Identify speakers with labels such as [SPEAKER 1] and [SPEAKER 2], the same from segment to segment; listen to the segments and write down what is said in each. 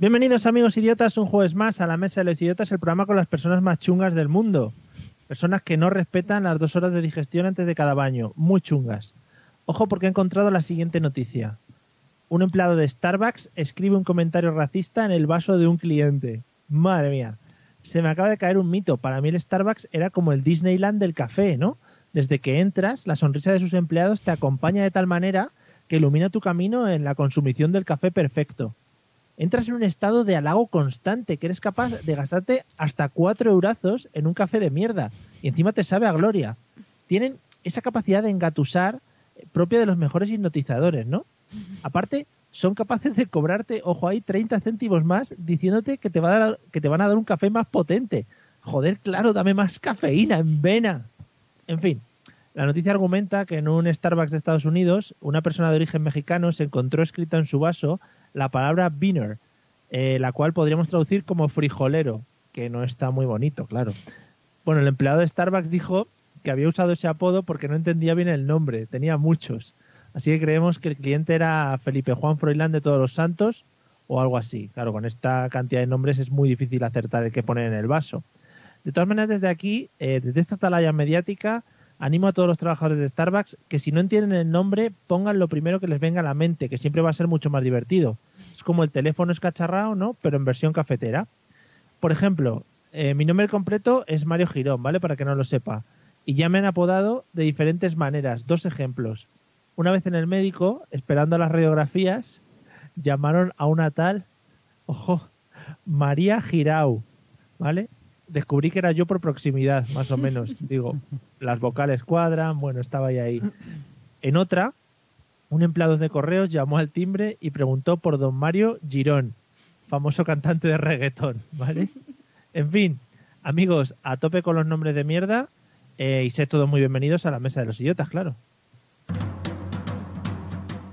[SPEAKER 1] Bienvenidos amigos idiotas, un jueves más a la Mesa de los Idiotas, el programa con las personas más chungas del mundo. Personas que no respetan las dos horas de digestión antes de cada baño, muy chungas. Ojo porque he encontrado la siguiente noticia. Un empleado de Starbucks escribe un comentario racista en el vaso de un cliente. Madre mía, se me acaba de caer un mito. Para mí el Starbucks era como el Disneyland del café, ¿no? Desde que entras, la sonrisa de sus empleados te acompaña de tal manera que ilumina tu camino en la consumición del café perfecto. Entras en un estado de halago constante, que eres capaz de gastarte hasta cuatro eurazos en un café de mierda. Y encima te sabe a gloria. Tienen esa capacidad de engatusar eh, propia de los mejores hipnotizadores, ¿no? Aparte, son capaces de cobrarte, ojo ahí, 30 céntimos más diciéndote que te, va a dar- que te van a dar un café más potente. Joder, claro, dame más cafeína en vena. En fin, la noticia argumenta que en un Starbucks de Estados Unidos, una persona de origen mexicano se encontró escrita en su vaso la palabra beaner, eh, la cual podríamos traducir como frijolero, que no está muy bonito, claro. Bueno, el empleado de Starbucks dijo que había usado ese apodo porque no entendía bien el nombre, tenía muchos. Así que creemos que el cliente era Felipe Juan Froilán de Todos los Santos o algo así. Claro, con esta cantidad de nombres es muy difícil acertar el que poner en el vaso. De todas maneras, desde aquí, eh, desde esta atalaya mediática, animo a todos los trabajadores de Starbucks que si no entienden el nombre, pongan lo primero que les venga a la mente, que siempre va a ser mucho más divertido. Es como el teléfono escacharrado, ¿no? Pero en versión cafetera. Por ejemplo, eh, mi nombre completo es Mario Girón, ¿vale? Para que no lo sepa. Y ya me han apodado de diferentes maneras. Dos ejemplos. Una vez en el médico, esperando las radiografías, llamaron a una tal, ojo, María Girau, ¿vale? Descubrí que era yo por proximidad, más o menos. Digo, las vocales cuadran, bueno, estaba ya ahí. En otra, un empleado de correos llamó al timbre y preguntó por don Mario Girón, famoso cantante de reggaetón, ¿vale? En fin, amigos, a tope con los nombres de mierda eh, y sed todos muy bienvenidos a la mesa de los idiotas, claro.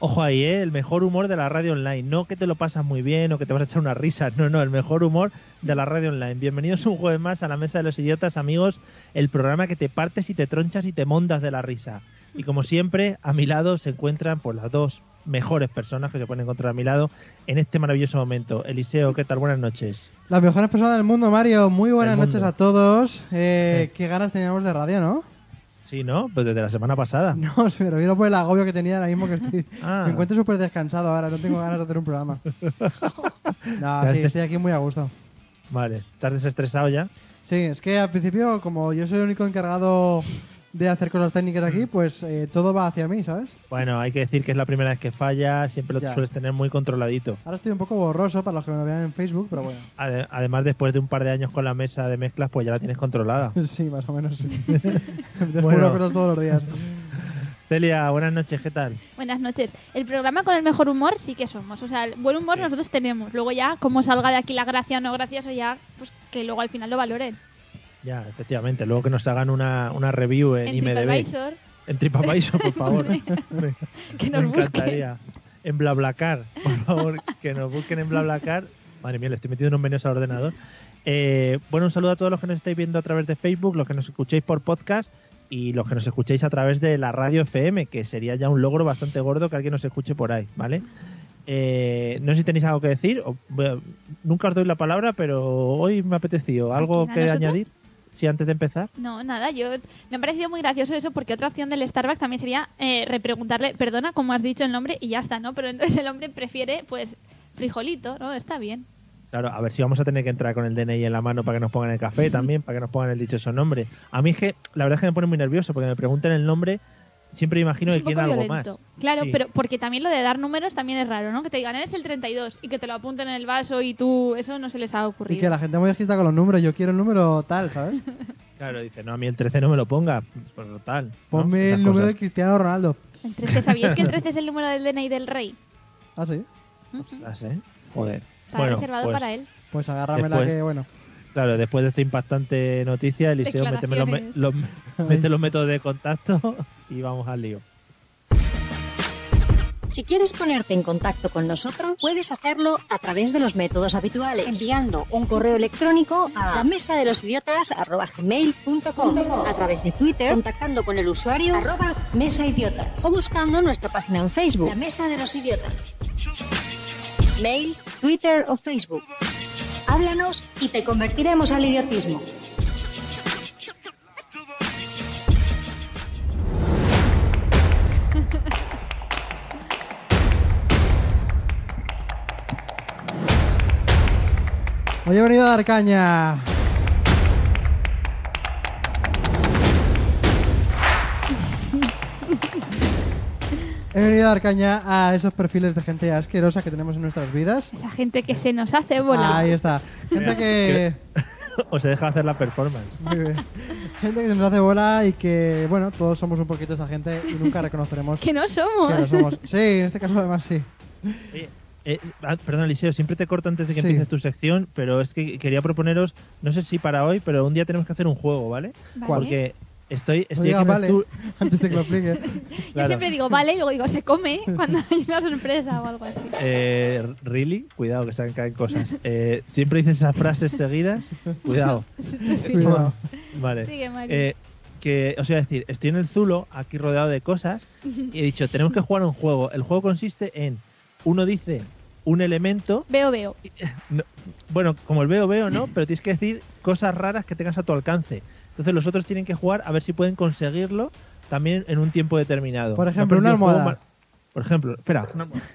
[SPEAKER 1] Ojo ahí, ¿eh? el mejor humor de la radio online. No que te lo pasas muy bien o que te vas a echar una risa. No, no, el mejor humor de la radio online. Bienvenidos un jueves más a la Mesa de los Idiotas, amigos. El programa que te partes y te tronchas y te mondas de la risa. Y como siempre, a mi lado se encuentran pues, las dos mejores personas que se pueden encontrar a mi lado en este maravilloso momento. Eliseo, ¿qué tal? Buenas noches.
[SPEAKER 2] Las mejores personas del mundo, Mario. Muy buenas
[SPEAKER 1] Del mundo.
[SPEAKER 2] noches a todos. Eh, Qué ganas teníamos de radio, ¿no?
[SPEAKER 1] Sí, ¿no? Pues desde la semana pasada.
[SPEAKER 2] No, se me refiero por el agobio que tenía ahora mismo que estoy.
[SPEAKER 1] Ah.
[SPEAKER 2] Me encuentro súper descansado ahora, no tengo ganas de hacer un programa. No, sí, estoy aquí muy a gusto.
[SPEAKER 1] Vale, ¿estás desestresado ya?
[SPEAKER 2] Sí, es que al principio, como yo soy el único encargado de hacer cosas técnicas aquí,
[SPEAKER 1] Mm.
[SPEAKER 2] pues eh, todo va hacia mí, ¿sabes?
[SPEAKER 1] Bueno, hay que decir que es la primera vez que falla, siempre lo
[SPEAKER 2] Ya.
[SPEAKER 1] sueles tener muy controladito.
[SPEAKER 2] Ahora estoy un poco borroso para los que me vean en Facebook, pero bueno.
[SPEAKER 1] Ade- Además, después de un par de años con la mesa de mezclas, pues ya la tienes controlada.
[SPEAKER 2] Sí, más o menos sí. Descubro
[SPEAKER 1] Bueno.
[SPEAKER 2] cosas todos los días.
[SPEAKER 1] Celia, buenas noches, ¿qué tal?
[SPEAKER 3] Buenas noches. El programa con el mejor humor sí que somos. O sea, el buen humor
[SPEAKER 1] Sí.
[SPEAKER 3] nosotros tenemos. Luego ya, como salga de aquí la gracia o no gracia, eso ya, pues que luego al final lo valoren.
[SPEAKER 1] Ya, efectivamente, luego que nos hagan una, una review en,
[SPEAKER 3] En
[SPEAKER 1] IMDB.
[SPEAKER 3] TripAdvisor,
[SPEAKER 1] En TripAdvisor, por favor. me, me
[SPEAKER 3] que nos busquen.
[SPEAKER 1] encantaría. En BlaBlaCar, por favor, que nos busquen en BlaBlaCar. Madre mía, le estoy metiendo unos menús al ordenador. Eh, bueno, un saludo a todos los que nos estáis viendo a través de Facebook, los que nos escuchéis por podcast y los que nos escuchéis a través de la radio FM, que sería ya un logro bastante gordo que alguien nos escuche por ahí, ¿vale? Eh, no sé si tenéis algo que decir. o- bueno, nunca os doy la palabra, pero hoy me ha apetecido. ¿Algo
[SPEAKER 3] quién? ¿A
[SPEAKER 1] que
[SPEAKER 3] nosotros?
[SPEAKER 1] añadir? si antes de empezar?
[SPEAKER 3] No, nada, yo me ha parecido muy gracioso eso porque otra opción del Starbucks también sería eh, repreguntarle, perdona, como has dicho el nombre y ya está, ¿no? Pero entonces el hombre prefiere, pues, frijolito, ¿no? Está bien.
[SPEAKER 1] Claro, a ver si vamos a tener que entrar con el DNI en la mano para que nos pongan el café también, para que nos pongan el dichoso nombre. A mí es que la verdad es que me pone muy nervioso porque me preguntan el nombre, siempre imagino
[SPEAKER 3] Es
[SPEAKER 1] que
[SPEAKER 3] un poco
[SPEAKER 1] quieren algo
[SPEAKER 3] violento.
[SPEAKER 1] más.
[SPEAKER 3] Claro,
[SPEAKER 1] Sí.
[SPEAKER 3] pero porque también lo de dar números también es raro, ¿no? Que te digan, eres el 32 y que te lo apunten en el vaso y tú, eso no se les ha
[SPEAKER 2] Y
[SPEAKER 3] ocurrido.
[SPEAKER 2] que la gente muy agita con los números. Yo quiero el número tal, ¿sabes?
[SPEAKER 1] Claro, dice, no, a mí el 13 no me lo ponga, por lo tal. ¿no?
[SPEAKER 2] Ponme
[SPEAKER 1] Esas
[SPEAKER 2] el número
[SPEAKER 1] cosas.
[SPEAKER 2] de Cristiano Ronaldo.
[SPEAKER 3] El 13, ¿sabías que el 13 es el número del DNI del rey?
[SPEAKER 2] Ah, sí.
[SPEAKER 3] Ujú.
[SPEAKER 1] Ostras, ¿eh? Joder.
[SPEAKER 3] Está
[SPEAKER 1] Bueno,
[SPEAKER 3] reservado
[SPEAKER 1] pues,
[SPEAKER 3] para él.
[SPEAKER 2] Pues agárramela
[SPEAKER 1] Después-
[SPEAKER 2] que, bueno.
[SPEAKER 1] Claro, después de esta impactante noticia, Eliseo, méteme los, me- los- mete los métodos de contacto y vamos al lío.
[SPEAKER 4] Si quieres ponerte en contacto con nosotros, puedes hacerlo a través de los métodos habituales, enviando un correo electrónico a la mesa de los idiotas a través de Twitter, contactando con el usuario arroba mesa idiotas o buscando nuestra página en Facebook, la mesa de los idiotas. Mail, Twitter o Facebook. Háblanos y te convertiremos al idiotismo.
[SPEAKER 2] Hoy he venido a dar caña. He venido a dar caña a esos perfiles de gente asquerosa que tenemos en nuestras vidas.
[SPEAKER 3] Esa gente que se nos hace
[SPEAKER 1] Ah,
[SPEAKER 3] volar.
[SPEAKER 2] Ahí está. Gente que...
[SPEAKER 1] o se deja hacer la performance.
[SPEAKER 2] Muy bien. Gente que se nos hace bola y que, bueno, todos somos un poquito esa gente y nunca reconoceremos
[SPEAKER 3] Que no somos.
[SPEAKER 2] que lo somos. Sí, en este caso además sí.
[SPEAKER 1] Oye, eh, ah, perdón, Eliseo, siempre te corto antes de que
[SPEAKER 2] Sí.
[SPEAKER 1] empieces tu sección, pero es que quería proponeros, no sé si para hoy, pero un día tenemos que hacer un juego, ¿vale?
[SPEAKER 3] Vale.
[SPEAKER 1] Porque estoy, estoy
[SPEAKER 2] Oiga,
[SPEAKER 1] aquí en el
[SPEAKER 2] vale,
[SPEAKER 1] estu-
[SPEAKER 2] antes de que lo explique.
[SPEAKER 3] Yo
[SPEAKER 1] claro.
[SPEAKER 3] siempre digo, vale, y luego digo, se come cuando hay una sorpresa o algo así.
[SPEAKER 1] Eh, really, cuidado que se caen cosas. Eh, siempre dices esas frases seguidas, cuidado.
[SPEAKER 2] Cuidado.
[SPEAKER 1] Vale.
[SPEAKER 3] Sigue, Mari.
[SPEAKER 1] Eh, que os iba a decir, estoy en el Zulo, aquí rodeado de cosas, y he dicho, tenemos que jugar un juego. El juego consiste en, uno dice un elemento,
[SPEAKER 3] Veo, veo.
[SPEAKER 1] bueno, como el veo, veo, ¿no? Pero tienes que decir cosas raras que tengas a tu alcance. Entonces los otros tienen que jugar a ver si pueden conseguirlo también en un tiempo determinado.
[SPEAKER 2] Por
[SPEAKER 1] Me ha
[SPEAKER 2] ejemplo, una
[SPEAKER 1] parecido un juego
[SPEAKER 2] almohada.
[SPEAKER 1] mal- Por ejemplo, espera, una almohada.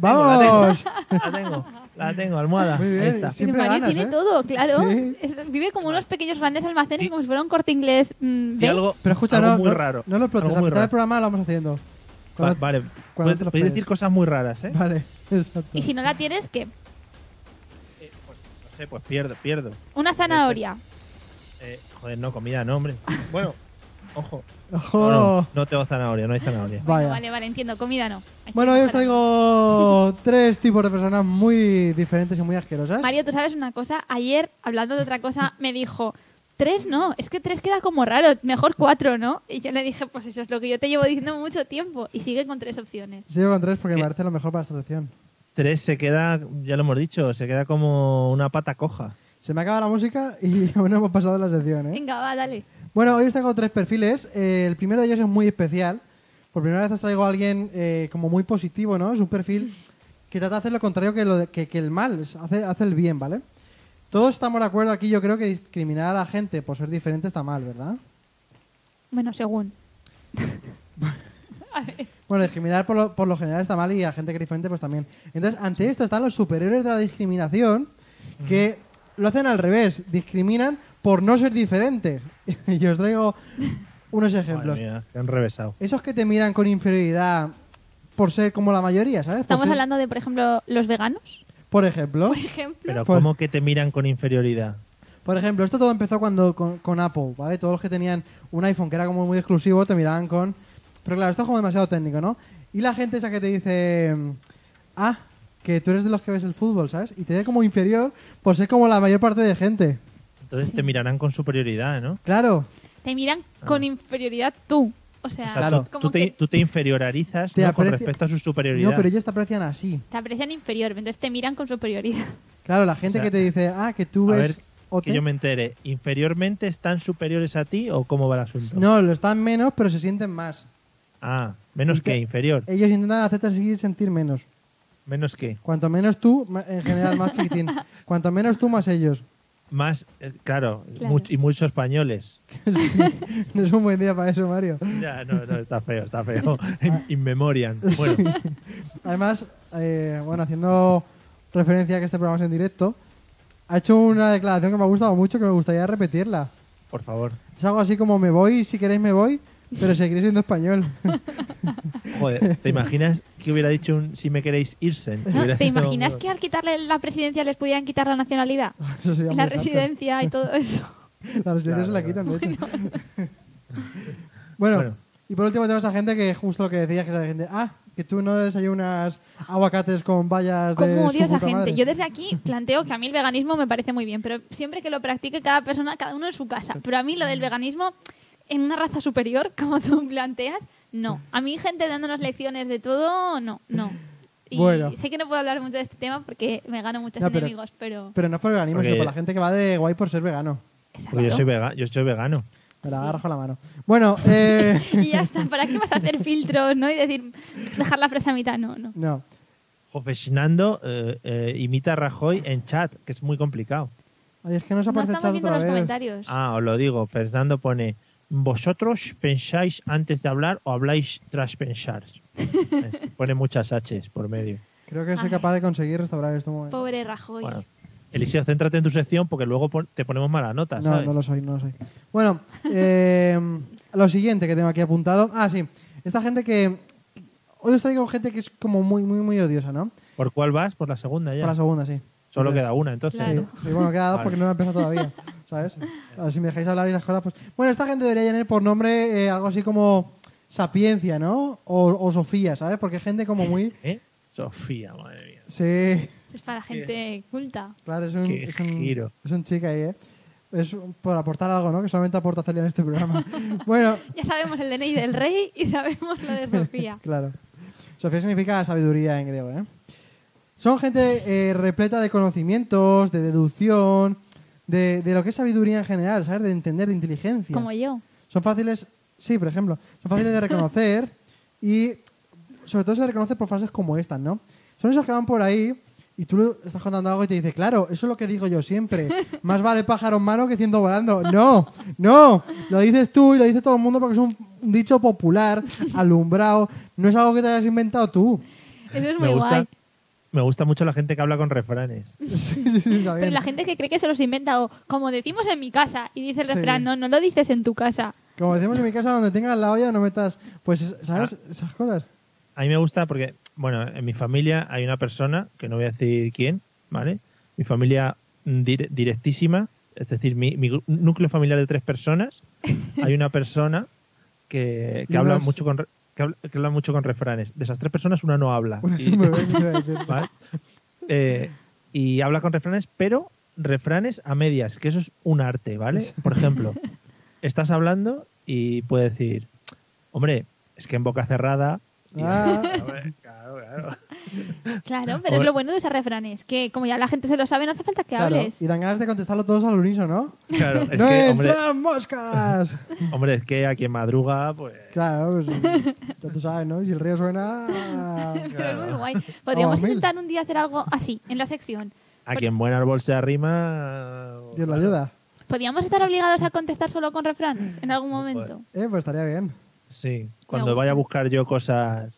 [SPEAKER 2] ¡Vamos!
[SPEAKER 1] La tengo, la tengo, almohada.
[SPEAKER 2] Muy bien,
[SPEAKER 1] Ahí está.
[SPEAKER 2] sí. Siempre
[SPEAKER 3] Pero Mario
[SPEAKER 2] ganas,
[SPEAKER 3] tiene
[SPEAKER 2] ¿eh?
[SPEAKER 3] todo, claro.
[SPEAKER 2] Sí.
[SPEAKER 3] Es- vive como unos pequeños grandes almacenes,
[SPEAKER 1] Y-
[SPEAKER 3] como si fuera un corte inglés. mm,
[SPEAKER 1] Y
[SPEAKER 3] ¿ve?
[SPEAKER 1] algo,
[SPEAKER 2] Pero escucha,
[SPEAKER 1] algo
[SPEAKER 2] no,
[SPEAKER 1] muy
[SPEAKER 2] no,
[SPEAKER 1] raro.
[SPEAKER 2] no lo explotes.
[SPEAKER 1] algo
[SPEAKER 2] A
[SPEAKER 1] muy
[SPEAKER 2] mitad del
[SPEAKER 1] raro.
[SPEAKER 2] programa lo vamos haciendo.
[SPEAKER 1] Va-
[SPEAKER 2] Cuando-
[SPEAKER 1] vale,
[SPEAKER 2] cuando
[SPEAKER 1] puedes,
[SPEAKER 2] te lo
[SPEAKER 1] puedes
[SPEAKER 2] esperes.
[SPEAKER 1] decir cosas muy raras, ¿eh?
[SPEAKER 2] Vale, exacto.
[SPEAKER 3] Y si no la tienes, ¿qué?
[SPEAKER 1] Eh, pues, no sé, pues pierdo, pierdo.
[SPEAKER 3] Una zanahoria.
[SPEAKER 1] Eh, joder, no, comida, no, hombre. Bueno, ojo.
[SPEAKER 2] Ojo.
[SPEAKER 1] No, no, no tengo zanahoria, no hay zanahoria.
[SPEAKER 3] Bueno,
[SPEAKER 2] Vaya.
[SPEAKER 3] vale, vale, entiendo. Comida no. Hay que
[SPEAKER 2] Bueno, hoy os
[SPEAKER 3] mejorar.
[SPEAKER 2] traigo tres tipos de personas muy diferentes y muy asquerosas.
[SPEAKER 3] Mario, tú sabes una cosa. Ayer, hablando de otra cosa, me dijo... Tres no, es que tres queda como raro, mejor cuatro, ¿no? Y yo le dije, pues eso es lo que yo te llevo diciendo mucho tiempo. Y sigue con tres opciones.
[SPEAKER 2] Sigo con tres porque me parece lo mejor para esta sección.
[SPEAKER 1] Tres se queda, ya lo hemos dicho, se queda como una pata coja.
[SPEAKER 2] Se me acaba la música y aún no hemos pasado la sección, ¿eh?
[SPEAKER 3] Venga, va, dale.
[SPEAKER 2] Bueno, hoy os traigo tres perfiles. Eh, el primero de ellos es muy especial. Por primera vez os traigo a alguien eh, como muy positivo, ¿no? Es un perfil que trata de hacer lo contrario que, lo de- que, que el mal, es- hace, hace el bien, ¿vale? Todos estamos de acuerdo aquí, yo creo que discriminar a la gente por ser diferente está mal, ¿verdad?
[SPEAKER 3] Bueno, según. A ver.
[SPEAKER 2] Bueno, discriminar por lo, por lo general está mal y a gente que es diferente pues también. Entonces, ante esto están los superhéroes de la discriminación que lo hacen al revés, discriminan por no ser diferentes. y os traigo unos ejemplos.
[SPEAKER 1] Madre mía, que han revesado.
[SPEAKER 2] Esos que te miran con inferioridad por ser como la mayoría, ¿sabes? Por
[SPEAKER 3] Estamos
[SPEAKER 2] ser-
[SPEAKER 3] hablando de, por ejemplo, los veganos,
[SPEAKER 2] Por ejemplo,
[SPEAKER 3] por ejemplo.
[SPEAKER 1] Pero
[SPEAKER 2] Por-
[SPEAKER 1] ¿cómo que te miran con inferioridad?
[SPEAKER 2] por ejemplo, esto todo empezó cuando con, con Apple, ¿vale? Todos los que tenían un iPhone que era como muy exclusivo te miraban con... Pero claro, esto es como demasiado técnico, ¿no? Y la gente esa que te dice, ah, que tú eres de los que ves el fútbol, ¿sabes? Y te ve como inferior por ser como la mayor parte de gente.
[SPEAKER 1] Entonces te mirarán con superioridad, ¿no?
[SPEAKER 2] Claro,
[SPEAKER 3] Te miran con inferioridad tú. O sea,
[SPEAKER 1] O sea,
[SPEAKER 2] Claro.
[SPEAKER 1] tú- tú,
[SPEAKER 3] como
[SPEAKER 1] te,
[SPEAKER 3] que
[SPEAKER 1] tú te inferiorizas
[SPEAKER 2] Te
[SPEAKER 1] ¿no? con
[SPEAKER 2] aprecia-
[SPEAKER 1] respecto a su superioridad.
[SPEAKER 2] no, pero ellos te aprecian así.
[SPEAKER 3] te aprecian inferior, entonces te miran con superioridad.
[SPEAKER 2] Claro, la gente
[SPEAKER 1] O sea,
[SPEAKER 2] que te dice, ah, que tú
[SPEAKER 1] a
[SPEAKER 2] ves...
[SPEAKER 1] ver,
[SPEAKER 2] o
[SPEAKER 1] que yo me entere, ¿inferiormente están superiores a ti o cómo va el asunto?
[SPEAKER 2] No, lo están menos, pero se sienten más.
[SPEAKER 1] Ah, menos que,
[SPEAKER 2] Inte-
[SPEAKER 1] inferior.
[SPEAKER 2] Ellos intentan hacerte seguir sentir menos.
[SPEAKER 1] Menos que.
[SPEAKER 2] Cuanto menos tú, ma- en general más chiquitín. Cuanto menos tú, más ellos.
[SPEAKER 1] más, eh, claro,
[SPEAKER 3] Claro.
[SPEAKER 1] much- y muchos españoles.
[SPEAKER 2] No es un buen día para eso, Mario.
[SPEAKER 1] Ya, no, no, está feo, está feo. In, in memoriam. Bueno,
[SPEAKER 2] Además, eh, bueno, haciendo referencia a que este programa es en directo, ha hecho una declaración que me ha gustado mucho, que me gustaría repetirla.
[SPEAKER 1] por favor.
[SPEAKER 2] Es algo así como me voy, si queréis me voy, pero seguiré siendo español.
[SPEAKER 1] Joder, ¿te imaginas que hubiera dicho un si me queréis irse?
[SPEAKER 3] ¿No? ¿Te imaginas que al quitarle la presidencia les pudieran quitar la nacionalidad?
[SPEAKER 2] Eso sería
[SPEAKER 3] Y
[SPEAKER 2] muy
[SPEAKER 3] la
[SPEAKER 2] harto.
[SPEAKER 3] residencia y todo eso.
[SPEAKER 2] La residencia se la
[SPEAKER 1] Claro,
[SPEAKER 2] quitan, de hecho. Bueno,
[SPEAKER 1] Bueno.
[SPEAKER 2] y por último tenemos a gente que justo lo que decías, que es la gente, ah, que tú no desayunas aguacates con vallas de
[SPEAKER 3] ¿Cómo
[SPEAKER 2] su
[SPEAKER 3] odio a esa
[SPEAKER 2] puta
[SPEAKER 3] gente?
[SPEAKER 2] madre.
[SPEAKER 3] Yo desde aquí planteo que a mí el veganismo me parece muy bien, pero siempre que lo practique cada persona, cada uno en su casa. Pero a mí lo del veganismo en una raza superior, como tú planteas, no. A mí gente dándonos lecciones de todo, no, no. Y
[SPEAKER 2] Bueno.
[SPEAKER 3] sé que no puedo hablar mucho de este tema porque me gano muchos
[SPEAKER 2] Ya, pero-
[SPEAKER 3] enemigos, pero...
[SPEAKER 2] Pero no es por veganismo,
[SPEAKER 1] Porque-
[SPEAKER 2] sino por la gente que va de guay por ser vegano.
[SPEAKER 3] Exacto.
[SPEAKER 1] Porque yo soy, vega- yo soy vegano.
[SPEAKER 2] Me la agarro con la mano. Bueno, eh...
[SPEAKER 3] Y ya está, ¿para qué vas a hacer filtros, no? Y decir, dejar la frase a mitad, no, no.
[SPEAKER 2] no.
[SPEAKER 1] Jofesnando eh, eh, imita a Rajoy en chat, que es muy complicado.
[SPEAKER 2] Ay, es que no se
[SPEAKER 3] No
[SPEAKER 2] aparece el
[SPEAKER 3] estamos
[SPEAKER 2] chat
[SPEAKER 3] viendo
[SPEAKER 2] otra
[SPEAKER 3] los
[SPEAKER 2] vez.
[SPEAKER 3] comentarios.
[SPEAKER 1] Ah, os lo digo, Fernando pone, ¿vosotros pensáis antes de hablar o habláis tras pensar? Es- pone muchas H's por medio.
[SPEAKER 2] Creo que soy
[SPEAKER 3] Ay.
[SPEAKER 2] capaz de conseguir restaurar esto un momento.
[SPEAKER 3] Pobre Rajoy.
[SPEAKER 1] Bueno, Eliseo, céntrate en tu sección porque luego pon- te ponemos malas notas,
[SPEAKER 2] No,
[SPEAKER 1] ¿sabes?
[SPEAKER 2] no lo soy, no lo soy. Bueno, eh, lo siguiente que tengo aquí apuntado. Ah, sí. Esta gente que. Hoy os traigo gente que es como muy, muy, muy odiosa, ¿no?
[SPEAKER 1] ¿Por cuál vas? Por la segunda ya.
[SPEAKER 2] Para la segunda, sí.
[SPEAKER 1] Solo
[SPEAKER 2] Entonces,
[SPEAKER 1] queda una, entonces.
[SPEAKER 3] Claro.
[SPEAKER 2] Sí, sí, bueno, queda dos
[SPEAKER 1] Vale.
[SPEAKER 2] porque no la he empezado todavía, ¿sabes? A ver, si me dejáis hablar y las cosas, pues... Bueno, esta gente debería tener por nombre eh, algo así como Sapiencia, ¿no? O, o Sofía, ¿sabes? Porque es gente como muy...
[SPEAKER 1] ¿Eh? Sofía, madre mía.
[SPEAKER 2] Sí,
[SPEAKER 3] Eso es para gente culta.
[SPEAKER 2] claro, es un,
[SPEAKER 1] Qué
[SPEAKER 2] es un,
[SPEAKER 1] giro.
[SPEAKER 2] es un chica ahí, ¿eh? Es un- por aportar algo, ¿no? Que solamente aporta Celia en este programa. bueno,
[SPEAKER 3] Ya sabemos el DNI del rey y sabemos lo de Sofía.
[SPEAKER 2] Claro. Sofía significa sabiduría en griego, ¿eh? Son gente eh, repleta de conocimientos, de deducción, de, de lo que es sabiduría en general, ¿sabes? De entender, de inteligencia.
[SPEAKER 3] Como yo.
[SPEAKER 2] Son fáciles, sí, por ejemplo, son fáciles de reconocer y sobre todo se les reconoce por frases como estas, ¿no? Son esos que van por ahí y tú le estás contando algo y te dice, claro, eso es lo que digo yo siempre. Más vale pájaro en mano que ciento volando. No, no, lo dices tú y lo dice todo el mundo porque es un un dicho popular, alumbrado, no es algo que te hayas inventado tú.
[SPEAKER 3] Eso es
[SPEAKER 1] me,
[SPEAKER 3] muy
[SPEAKER 1] gusta,
[SPEAKER 3] guay.
[SPEAKER 1] me gusta mucho la gente que habla con refranes.
[SPEAKER 2] Sí, sí, sí, está
[SPEAKER 3] Pero
[SPEAKER 2] bien.
[SPEAKER 3] la gente que cree que se los inventa o como decimos en mi casa y dice el
[SPEAKER 2] Sí.
[SPEAKER 3] refrán, no, no lo dices en tu casa.
[SPEAKER 2] Como decimos en mi casa, donde tengas la olla no metas,
[SPEAKER 3] Ah.
[SPEAKER 2] pues, ¿sabes? Esas cosas.
[SPEAKER 1] A mí me gusta porque, bueno, en mi familia hay una persona, que no voy a decir quién, ¿vale? Mi familia dir- directísima, es decir, mi, mi gru- núcleo familiar de tres personas, hay una persona que, que habla
[SPEAKER 2] Libras.
[SPEAKER 1] mucho con re- que habla, que habla mucho con refranes. De esas tres personas, una no habla.
[SPEAKER 2] Bueno,
[SPEAKER 1] Y-
[SPEAKER 2] me voy a decir.
[SPEAKER 1] ¿vale? Eh, y habla con refranes, pero refranes a medias, que eso es un arte, ¿vale? Por ejemplo, estás hablando y puede decir, hombre, es que en boca cerrada... y-
[SPEAKER 2] Ah.
[SPEAKER 1] Hombre, claro, claro.
[SPEAKER 3] Claro, pero es
[SPEAKER 1] Hombre.
[SPEAKER 3] lo bueno de esos refranes, que como ya la gente se lo sabe, no hace falta que
[SPEAKER 2] Claro,
[SPEAKER 3] hables.
[SPEAKER 2] Y dan ganas de contestarlo todos al unísono, ¿no?
[SPEAKER 1] Claro, es
[SPEAKER 2] ¡No
[SPEAKER 1] que, hombre,
[SPEAKER 2] entran moscas!
[SPEAKER 1] hombre, es que a quien madruga, pues...
[SPEAKER 2] claro, pues ya tú sabes, ¿no? Si el río suena...
[SPEAKER 3] Pero es muy
[SPEAKER 1] claro.
[SPEAKER 3] guay.
[SPEAKER 2] Vamos,
[SPEAKER 3] Podríamos
[SPEAKER 2] mil.
[SPEAKER 3] intentar un día hacer algo así, en la sección.
[SPEAKER 1] A quien buen árbol se arrima...
[SPEAKER 2] Dios lo ayuda.
[SPEAKER 3] ¿Podríamos estar obligados a contestar solo con refranes en algún momento?
[SPEAKER 2] Eh, pues estaría bien.
[SPEAKER 1] Sí,
[SPEAKER 3] Me
[SPEAKER 1] cuando
[SPEAKER 3] gusta.
[SPEAKER 1] vaya a buscar yo cosas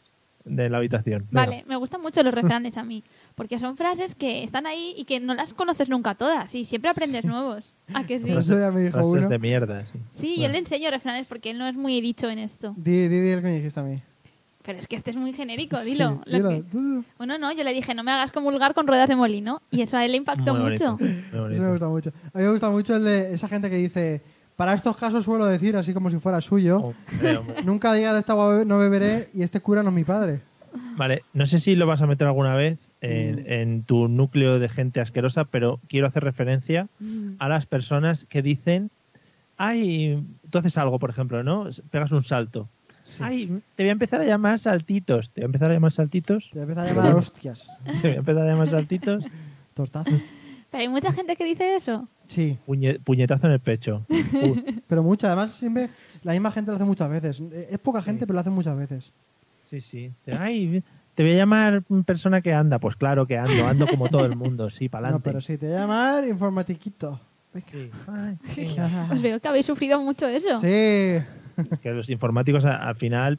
[SPEAKER 1] de la habitación. Venga.
[SPEAKER 3] Vale, me gustan mucho los refranes a mí, porque son frases que están ahí y que no las conoces nunca todas y siempre aprendes nuevos. ¿A que sí?
[SPEAKER 2] Frases- Eso ya me dijo
[SPEAKER 1] frases
[SPEAKER 2] uno.
[SPEAKER 1] de mierda, sí.
[SPEAKER 3] Sí, yo le enseño refranes porque él no es muy dicho en esto.
[SPEAKER 2] Di, di, di el que me dijiste a mí.
[SPEAKER 3] Pero es que este es muy genérico, dilo.
[SPEAKER 2] Sí,
[SPEAKER 3] lo
[SPEAKER 2] dilo.
[SPEAKER 3] que-
[SPEAKER 2] Tú,
[SPEAKER 3] Bueno, no, yo le dije, no me hagas comulgar con ruedas de molino. Y eso a él le impactó
[SPEAKER 1] Muy bonito,
[SPEAKER 3] mucho.
[SPEAKER 1] muy
[SPEAKER 2] Eso me
[SPEAKER 1] bonito.
[SPEAKER 2] gusta mucho. A mí me gusta mucho el de esa gente que dice... Para estos casos suelo decir, así como si fuera
[SPEAKER 1] Oh.
[SPEAKER 2] suyo,
[SPEAKER 1] Hombre, hombre.
[SPEAKER 2] nunca diga de esta agua be- no beberé y este cura no es mi padre.
[SPEAKER 1] Vale, no sé si lo vas a meter alguna vez en,
[SPEAKER 2] Mm.
[SPEAKER 1] en tu núcleo de gente asquerosa, pero quiero hacer referencia
[SPEAKER 3] Mm.
[SPEAKER 1] a las personas que dicen, ay, tú haces algo, por ejemplo, ¿no? Pegas un salto. Ay, te voy a empezar a llamar saltitos. Te voy a empezar a llamar saltitos.
[SPEAKER 2] Te empieza a llamar hostias.
[SPEAKER 1] Te voy a empezar a llamar saltitos.
[SPEAKER 2] Tortazo.
[SPEAKER 3] Pero hay mucha gente que dice eso.
[SPEAKER 2] Sí.
[SPEAKER 1] Puñe- puñetazo en el pecho. Uh,
[SPEAKER 2] Pero mucha, además siempre la misma gente lo hace muchas veces. Eh, Es poca gente, pero lo hace muchas veces.
[SPEAKER 1] sí, sí. Te- Ay, te voy a llamar persona que anda. Pues claro que ando, ando como todo el mundo, sí, para
[SPEAKER 2] No, pero
[SPEAKER 1] adelante.
[SPEAKER 2] sí, te voy a llamar informatiquito.
[SPEAKER 1] Sí. Ay, sí.
[SPEAKER 3] Os veo que habéis sufrido mucho eso.
[SPEAKER 2] Sí.
[SPEAKER 1] que los informáticos a- al final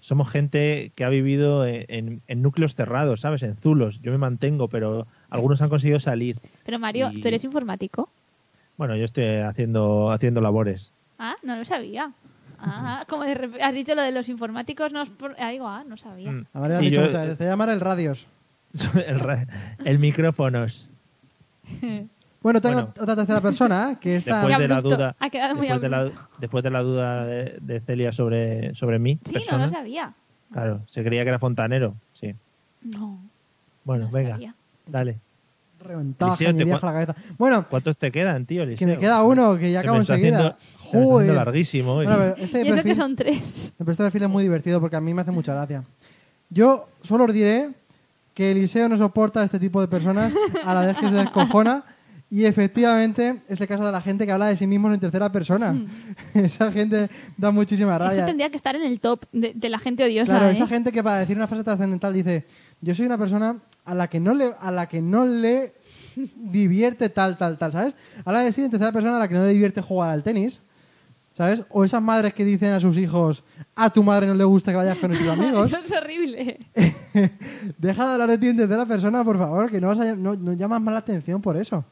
[SPEAKER 1] somos gente que ha vivido en, en- en núcleos cerrados, ¿sabes? En zulos. Yo me mantengo, pero algunos han conseguido salir.
[SPEAKER 3] Pero Mario,
[SPEAKER 1] Y-
[SPEAKER 3] ¿tú eres informático?
[SPEAKER 1] Bueno, yo estoy haciendo, haciendo labores.
[SPEAKER 3] Ah, no lo sabía. Ah, como de rep- has dicho lo de los informáticos, no os por- ah, digo, ah, no sabía.
[SPEAKER 1] Mm.
[SPEAKER 2] A María
[SPEAKER 1] Sí,
[SPEAKER 2] le han dicho
[SPEAKER 1] yo-
[SPEAKER 2] muchas veces. Te llamará el radios.
[SPEAKER 1] el, ra- el micrófonos.
[SPEAKER 2] Bueno, tengo
[SPEAKER 1] Bueno.
[SPEAKER 2] otra tercera persona ¿eh? que está.
[SPEAKER 1] Después
[SPEAKER 3] Qué
[SPEAKER 1] de la
[SPEAKER 3] abrupto.
[SPEAKER 1] duda,
[SPEAKER 3] Ha quedado muy
[SPEAKER 1] después de la,
[SPEAKER 3] abrupto.
[SPEAKER 1] después de la duda de, de Celia sobre, sobre mí,
[SPEAKER 3] Sí, no
[SPEAKER 1] persona,
[SPEAKER 3] lo sabía.
[SPEAKER 1] claro, se creía que era fontanero. Sí.
[SPEAKER 3] No,
[SPEAKER 1] Bueno,
[SPEAKER 3] no
[SPEAKER 1] venga,
[SPEAKER 3] sabía.
[SPEAKER 1] dale.
[SPEAKER 2] Reventado,
[SPEAKER 1] Liceo, te
[SPEAKER 2] ingeniería
[SPEAKER 1] cua-
[SPEAKER 2] la cabeza. Bueno,
[SPEAKER 1] ¿Cuántos te quedan, tío?
[SPEAKER 2] que
[SPEAKER 1] Eliseo?
[SPEAKER 2] me queda uno que ya
[SPEAKER 1] Se
[SPEAKER 2] acabo
[SPEAKER 1] me está
[SPEAKER 2] enseguida.
[SPEAKER 1] haciendo- se me está haciendo
[SPEAKER 2] Joder.
[SPEAKER 1] larguísimo hoy.
[SPEAKER 2] Bueno, pero este
[SPEAKER 3] Y eso que
[SPEAKER 2] perfil-
[SPEAKER 3] son tres.
[SPEAKER 2] Pero este perfil es muy divertido porque a mí me hace mucha gracia. Yo solo os diré que Eliseo no soporta a este tipo de personas a la vez que se descojona y efectivamente es el caso de la gente que habla de sí mismo en tercera persona. esa gente da muchísima
[SPEAKER 3] Eso
[SPEAKER 2] rabia.
[SPEAKER 3] tendría que estar en el top de, de la gente odiosa.
[SPEAKER 2] Claro,
[SPEAKER 3] ¿eh?
[SPEAKER 2] esa gente que para decir una frase trascendental dice, yo soy una persona a la que no le, a la que no le divierte tal, tal, tal, ¿sabes? Habla de decir en tercera persona a la que no le divierte jugar al tenis, ¿sabes? O esas madres que dicen a sus hijos, a tu madre no le gusta que vayas con tus amigos.
[SPEAKER 3] Eso es horrible.
[SPEAKER 2] Deja de hablar de ti en tercera persona, por favor, que no, vas a- no- no llamas más la atención por eso.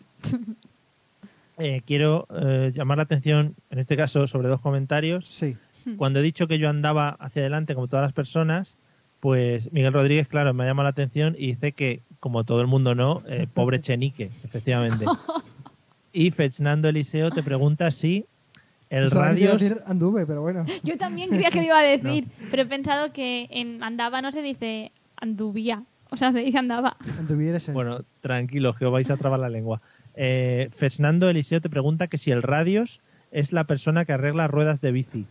[SPEAKER 1] Eh, quiero eh, llamar la atención, en este caso, sobre dos comentarios.
[SPEAKER 2] Sí.
[SPEAKER 1] Cuando he dicho que yo andaba hacia adelante, como todas las personas, pues Miguel Rodríguez, claro, me ha llamado la atención y dice que, como todo el mundo no, eh, pobre Chenique, efectivamente. Y Fernando Eliseo te pregunta si el
[SPEAKER 2] Pensaba que te iba a
[SPEAKER 1] radio...
[SPEAKER 2] decir anduve, pero bueno.
[SPEAKER 3] Yo también creía que lo iba a decir, pero he pensado que en andaba no se dice anduvía, o sea, se dice andaba.
[SPEAKER 2] Anduvieras en-
[SPEAKER 1] Bueno, tranquilos, que os vais a trabar la lengua. Eh, Fernando Eliseo te pregunta que si el radios es la persona que arregla ruedas de bici.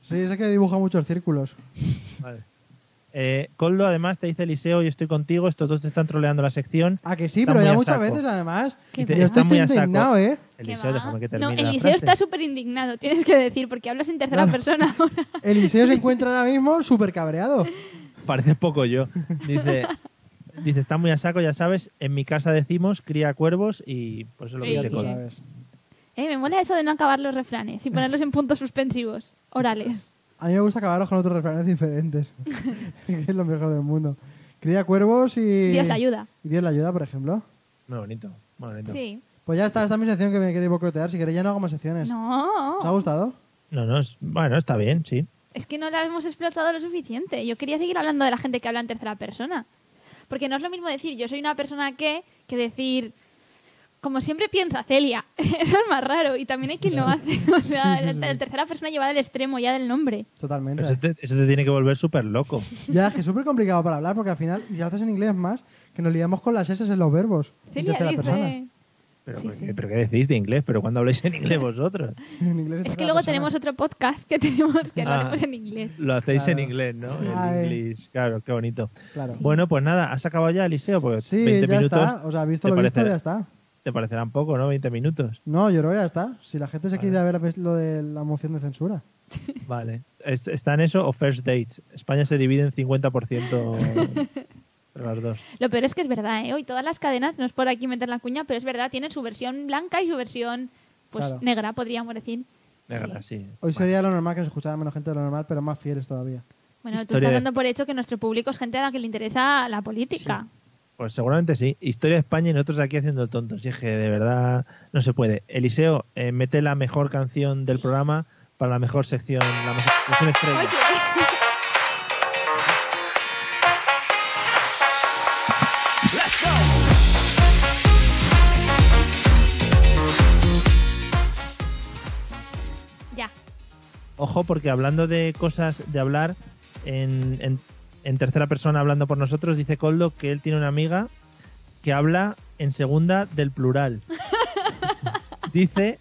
[SPEAKER 2] Sí, ese que dibuja muchos círculos.
[SPEAKER 1] Vale. Eh, Coldo, además, te dice Eliseo, yo estoy contigo, estos dos te están troleando la sección.
[SPEAKER 2] Ah, que sí,
[SPEAKER 1] Están
[SPEAKER 2] pero
[SPEAKER 1] muy
[SPEAKER 2] ya
[SPEAKER 1] a
[SPEAKER 2] muchas
[SPEAKER 1] saco.
[SPEAKER 2] veces, además.
[SPEAKER 3] Qué
[SPEAKER 2] Yo
[SPEAKER 3] va.
[SPEAKER 2] estoy
[SPEAKER 1] Están muy a saco.
[SPEAKER 2] indignado, ¿eh?
[SPEAKER 3] ¿Qué
[SPEAKER 1] Eliseo,
[SPEAKER 3] va?
[SPEAKER 1] déjame que
[SPEAKER 3] No,
[SPEAKER 1] termine la
[SPEAKER 3] Eliseo
[SPEAKER 1] frase.
[SPEAKER 3] está súper indignado, tienes que decir, porque hablas en tercera persona ahora.
[SPEAKER 2] Eliseo se encuentra ahora mismo súper cabreado.
[SPEAKER 1] Parece poco yo. Dice, dice, está muy a saco, ya sabes, en mi casa decimos cría cuervos y pues es lo que
[SPEAKER 3] Ey,
[SPEAKER 1] dice
[SPEAKER 2] Tú
[SPEAKER 3] Coldo.
[SPEAKER 1] Coldo.
[SPEAKER 2] sabes.
[SPEAKER 3] Eh, me mola eso de no acabar los refranes y ponerlos en puntos suspensivos, orales.
[SPEAKER 2] A mí me gusta acabarlos con otros refranes diferentes. que es lo mejor del mundo. Cría cuervos y...
[SPEAKER 3] Dios la ayuda.
[SPEAKER 2] Y Dios la ayuda, por ejemplo.
[SPEAKER 1] Muy bonito, muy bonito.
[SPEAKER 3] Sí.
[SPEAKER 2] Pues ya está, esta es mi sección que me queréis bocotear. Si queréis ya no hago más secciones. ¿Os ha
[SPEAKER 3] No,
[SPEAKER 2] gustado?
[SPEAKER 1] No, no, es- bueno, está bien, sí.
[SPEAKER 3] es que no la hemos explotado lo suficiente. Yo quería seguir hablando de la gente que habla en tercera persona. Porque no es lo mismo decir yo soy una persona que, que decir como siempre piensa Celia. Eso es más raro y también hay quien lo hace. O sea,
[SPEAKER 2] Sí, sí, sí.
[SPEAKER 3] la, la tercera persona llevada al extremo ya del nombre.
[SPEAKER 2] Totalmente.
[SPEAKER 1] Eso te, eso te tiene que volver súper loco.
[SPEAKER 2] Ya, es que es súper complicado para hablar porque al final, y si lo haces en inglés más, que nos liamos con las S en los verbos. en
[SPEAKER 3] Celia
[SPEAKER 2] tercera
[SPEAKER 3] dice...
[SPEAKER 2] persona.
[SPEAKER 1] Pero, ¿qué, pero ¿qué decís de inglés? ¿Pero cuando habláis en inglés vosotros?
[SPEAKER 2] En inglés en
[SPEAKER 3] Es que
[SPEAKER 2] tercera
[SPEAKER 3] luego
[SPEAKER 2] persona.
[SPEAKER 3] tenemos otro podcast que tenemos que lo
[SPEAKER 1] Ah.
[SPEAKER 3] hacemos en inglés.
[SPEAKER 1] Lo hacéis
[SPEAKER 2] Claro.
[SPEAKER 1] en inglés, ¿no?
[SPEAKER 2] Ay.
[SPEAKER 1] En inglés. Claro, qué bonito.
[SPEAKER 2] Claro.
[SPEAKER 1] Bueno, pues nada, ¿has acabado ya, Eliseo? Porque
[SPEAKER 2] Sí,
[SPEAKER 1] 20
[SPEAKER 2] ya
[SPEAKER 1] minutos.
[SPEAKER 2] está. O sea, visto
[SPEAKER 1] te
[SPEAKER 2] lo visto,
[SPEAKER 1] parecerá-
[SPEAKER 2] ya está.
[SPEAKER 1] Te parecerán poco, ¿no? 20 minutos.
[SPEAKER 2] No, yo creo que ya está. Si la gente se quiere ir a ver pues, lo de la moción de censura.
[SPEAKER 1] Vale. Es- está en eso o first dates. España se divide en 50% entre las dos.
[SPEAKER 3] Lo peor es que es verdad, ¿eh? Hoy todas las cadenas, no es por aquí meter la cuña, pero es verdad, tienen su versión blanca y su versión pues
[SPEAKER 2] Claro.
[SPEAKER 3] negra, podríamos decir.
[SPEAKER 1] Negra, sí.
[SPEAKER 2] Hoy
[SPEAKER 1] Vale.
[SPEAKER 2] sería lo normal que nos escuchara menos gente de lo normal, pero más fieles todavía.
[SPEAKER 3] Bueno, tú
[SPEAKER 1] Historia
[SPEAKER 3] estás
[SPEAKER 1] de-
[SPEAKER 3] dando por hecho que nuestro público es gente a la que le interesa la política.
[SPEAKER 1] Pues seguramente sí. Historia de España y nosotros aquí haciendo el tonto. Si es que de verdad no se puede. Eliseo, eh, mete la mejor canción del programa para la mejor sección, la mejor sección estrella.
[SPEAKER 3] Oye, ya.
[SPEAKER 1] Ojo, porque hablando de cosas de hablar en, en- en tercera persona, hablando por nosotros, dice Coldo que él tiene una amiga que habla en segunda del plural. dice,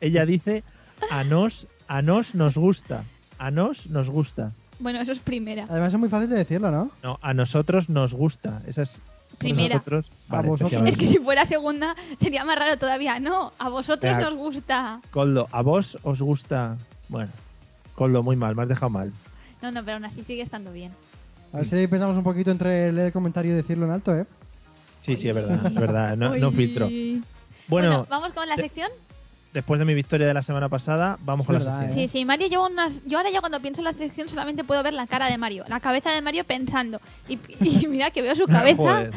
[SPEAKER 1] ella dice, a nos, a nos nos gusta, a nos nos gusta.
[SPEAKER 3] Bueno, eso es primera.
[SPEAKER 1] Ah.
[SPEAKER 2] Además es muy fácil de decirlo, ¿no?
[SPEAKER 1] No, a nosotros nos gusta. Esa es
[SPEAKER 3] Primera.
[SPEAKER 1] Nosotros,
[SPEAKER 2] A
[SPEAKER 1] Vale,
[SPEAKER 2] vosotros.
[SPEAKER 3] Es
[SPEAKER 1] efectivamente.
[SPEAKER 3] que si fuera segunda sería más raro todavía. No, a vosotros
[SPEAKER 1] Venga.
[SPEAKER 3] nos gusta.
[SPEAKER 1] Coldo, a vos os gusta. Bueno, Coldo, muy mal, me has dejado mal.
[SPEAKER 3] No, no, pero aún así sigue estando bien.
[SPEAKER 2] A ver si pensamos un poquito entre leer el comentario y decirlo en alto, ¿eh?
[SPEAKER 1] Sí, sí, es verdad, es verdad. No, no
[SPEAKER 3] Uy.
[SPEAKER 1] filtro.
[SPEAKER 3] Bueno,
[SPEAKER 1] Bueno,
[SPEAKER 3] ¿vamos con la
[SPEAKER 1] de-
[SPEAKER 3] sección?
[SPEAKER 1] después de mi victoria de la semana pasada, vamos
[SPEAKER 2] Es
[SPEAKER 1] con
[SPEAKER 2] verdad, ¿eh?
[SPEAKER 1] la sección.
[SPEAKER 3] Sí, sí, Mario lleva unas... Yo ahora ya cuando pienso en la sección solamente puedo ver la cara de Mario, la cabeza de Mario pensando. Y, y mira que veo su cabeza.
[SPEAKER 1] Joder.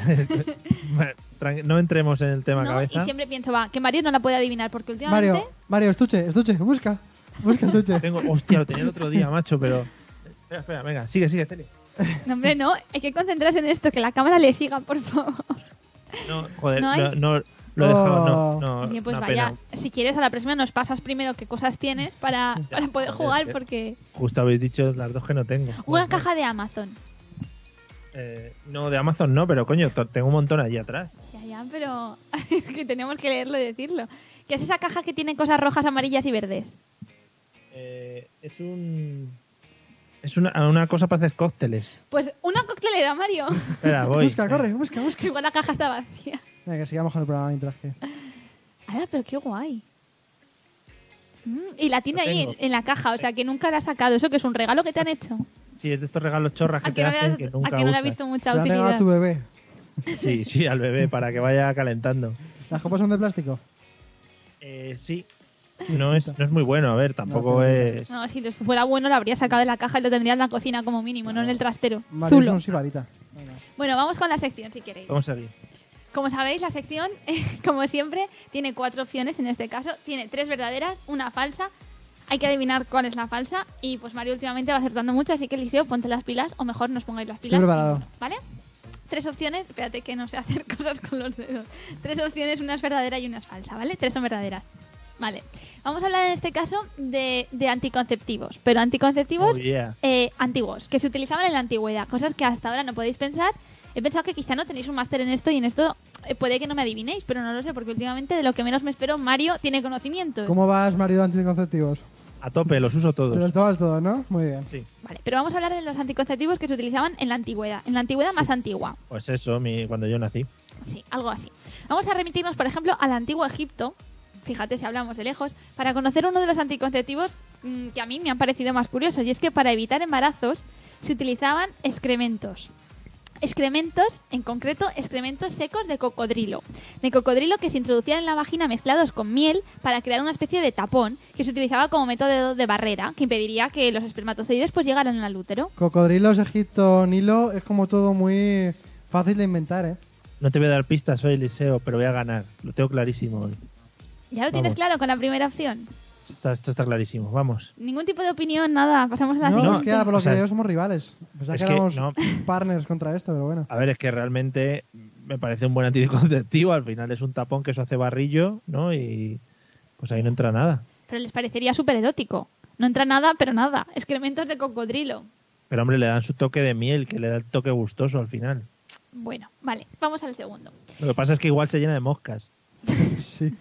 [SPEAKER 1] Tran- no entremos en el tema
[SPEAKER 3] ¿no?
[SPEAKER 1] cabeza.
[SPEAKER 3] Y siempre pienso, va, que Mario no la puede adivinar porque últimamente...
[SPEAKER 2] Mario, Mario, estuche, estuche, busca. Busca estuche.
[SPEAKER 1] Tengo, hostia, lo tenía el otro día, macho, pero. Espera, espera, venga, sigue, sigue, Celi.
[SPEAKER 3] No, hombre, no, hay que concentrarse en esto, que la cámara le siga, por favor.
[SPEAKER 1] No, joder,
[SPEAKER 3] ¿No hay?
[SPEAKER 1] no, no, lo he dejado,
[SPEAKER 2] Oh.
[SPEAKER 1] no, no.
[SPEAKER 3] Oye, pues
[SPEAKER 1] una
[SPEAKER 3] vaya,
[SPEAKER 1] pena.
[SPEAKER 3] si quieres a la próxima nos pasas primero qué cosas tienes para, para poder
[SPEAKER 1] joder,
[SPEAKER 3] jugar
[SPEAKER 1] que-
[SPEAKER 3] porque...
[SPEAKER 1] Justo habéis dicho las dos que no tengo.
[SPEAKER 3] Una
[SPEAKER 1] Joder,
[SPEAKER 3] caja de Amazon.
[SPEAKER 1] eh, no, de Amazon no, pero coño, to- tengo un montón allí atrás.
[SPEAKER 3] Ya, ya, pero es que tenemos que leerlo y decirlo. ¿Qué es esa caja que tiene cosas rojas, amarillas y verdes?
[SPEAKER 1] Eh, es un. Es una, una cosa para hacer cócteles.
[SPEAKER 3] Pues una coctelera, Mario.
[SPEAKER 1] Espera, voy.
[SPEAKER 2] Busca, corre, busca, busca.
[SPEAKER 3] que igual la caja está vacía.
[SPEAKER 2] Venga, que sigamos con el programa mientras que.
[SPEAKER 3] Ah, pero qué guay. Mm, y la tiene
[SPEAKER 1] Lo
[SPEAKER 3] ahí en,
[SPEAKER 1] tengo.
[SPEAKER 3] en la caja, o sea, que nunca la ha sacado. ¿Eso que es un regalo que te han hecho?
[SPEAKER 1] Sí, es de estos regalos chorras que
[SPEAKER 3] A
[SPEAKER 1] te
[SPEAKER 3] que no, le
[SPEAKER 1] hacen
[SPEAKER 3] has-
[SPEAKER 1] que
[SPEAKER 3] a
[SPEAKER 1] nunca
[SPEAKER 3] que no le ha
[SPEAKER 1] usas.
[SPEAKER 3] visto
[SPEAKER 2] Se
[SPEAKER 3] mucha
[SPEAKER 2] la ha regalado a
[SPEAKER 3] utilidad.
[SPEAKER 2] tu bebé.
[SPEAKER 1] Sí, sí, al bebé, para que vaya calentando.
[SPEAKER 2] ¿Las copas son de plástico?
[SPEAKER 1] Eh, sí, no es, no es muy bueno, a ver, tampoco
[SPEAKER 2] No,
[SPEAKER 1] es...
[SPEAKER 3] No, si lo fuera bueno lo habría sacado de la caja y lo tendría en la cocina como mínimo, no en el trastero.
[SPEAKER 2] Mario es
[SPEAKER 3] Zulo.
[SPEAKER 2] un sibarita. Venga.
[SPEAKER 3] Bueno, vamos con la sección si queréis.
[SPEAKER 1] Vamos a seguir.
[SPEAKER 3] Como sabéis, la sección, como siempre, tiene cuatro opciones en este caso. Tiene tres verdaderas, una falsa. Hay que adivinar cuál es la falsa. Y pues Mario últimamente va acertando mucho, así que Eliseo, ponte las pilas, o mejor nos pongáis las pilas.
[SPEAKER 2] preparado.
[SPEAKER 3] Ninguno, ¿Vale? Tres opciones, espérate que no sé hacer cosas con los dedos. Tres opciones, una es verdadera y una es falsa, ¿vale? Tres son verdaderas. Vale. Vamos a hablar en este caso de, de anticonceptivos, pero anticonceptivos
[SPEAKER 1] Oh, yeah.
[SPEAKER 3] eh, antiguos, que se utilizaban en la antigüedad, cosas que hasta ahora no podéis pensar. He pensado que quizá no tenéis un máster en esto y en esto eh, puede que no me adivinéis, pero no lo sé, porque últimamente de lo que menos me espero, Mario tiene conocimientos.
[SPEAKER 2] ¿Cómo vas, marido anticonceptivos?
[SPEAKER 1] A tope, los uso
[SPEAKER 2] Te los
[SPEAKER 1] todos.
[SPEAKER 2] tomas todos, ¿no? Muy bien.
[SPEAKER 1] Sí,
[SPEAKER 3] Vale, pero vamos a hablar de los anticonceptivos que se utilizaban en la antigüedad, en la antigüedad más antigua.
[SPEAKER 1] pues eso, mi, cuando yo nací.
[SPEAKER 3] Sí, algo así. Vamos a remitirnos, por ejemplo, al antiguo Egipto, fíjate si hablamos de lejos, para conocer uno de los anticonceptivos mm, que a mí me han parecido más curiosos, y es que para evitar embarazos se utilizaban excrementos. Excrementos, en concreto, excrementos secos de cocodrilo. De cocodrilo que se introducían en la vagina mezclados con miel para crear una especie de tapón que se utilizaba como método de barrera que impediría que los espermatozoides pues llegaran al útero.
[SPEAKER 2] Cocodrilos, Egipto, Nilo, es como todo muy fácil de inventar, ¿eh?
[SPEAKER 1] No te voy a dar pistas, soy Eliseo, pero voy a ganar. Lo tengo clarísimo hoy.
[SPEAKER 3] ¿Ya lo tienes
[SPEAKER 1] Vamos.
[SPEAKER 3] claro con la primera opción?
[SPEAKER 1] Esto está, esto está clarísimo, vamos.
[SPEAKER 3] Ningún tipo de opinión, nada. Pasamos a la
[SPEAKER 2] No,
[SPEAKER 3] siguiente.
[SPEAKER 2] es que ah, por lo
[SPEAKER 1] O sea,
[SPEAKER 2] que yo
[SPEAKER 1] es-
[SPEAKER 2] somos rivales. Pensaba
[SPEAKER 1] es
[SPEAKER 2] que
[SPEAKER 1] que
[SPEAKER 2] éramos
[SPEAKER 1] no.
[SPEAKER 2] partners contra esto, pero bueno.
[SPEAKER 1] A ver, es que realmente me parece un buen anticonceptivo. Al final es un tapón que eso hace barrillo, ¿no? Y pues ahí no entra nada.
[SPEAKER 3] Pero les parecería súper erótico. No entra nada, pero nada. Excrementos de cocodrilo.
[SPEAKER 1] Pero hombre, le dan su toque de miel, que le da el toque gustoso al final.
[SPEAKER 3] Bueno, vale, vamos al segundo.
[SPEAKER 1] Lo que pasa es que igual se llena de moscas.
[SPEAKER 2] Sí.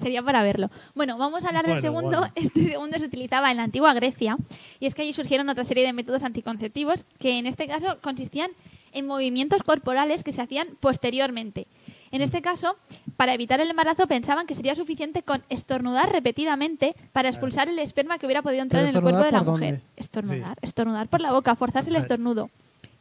[SPEAKER 3] Sería para verlo. Bueno, vamos a hablar del
[SPEAKER 1] Bueno,
[SPEAKER 3] segundo.
[SPEAKER 1] bueno.
[SPEAKER 3] Este segundo se utilizaba en la antigua Grecia y es que allí surgieron otra serie de métodos anticonceptivos que en este caso consistían en movimientos corporales que se hacían posteriormente. En este caso, para evitar el embarazo pensaban que sería suficiente con estornudar repetidamente para expulsar el esperma que hubiera podido entrar
[SPEAKER 2] ¿Pero
[SPEAKER 3] en el cuerpo de la
[SPEAKER 2] estornudar por
[SPEAKER 3] mujer.
[SPEAKER 2] dónde?
[SPEAKER 3] Estornudar, estornudar por la boca, forzarse el
[SPEAKER 1] Vale.
[SPEAKER 3] estornudo.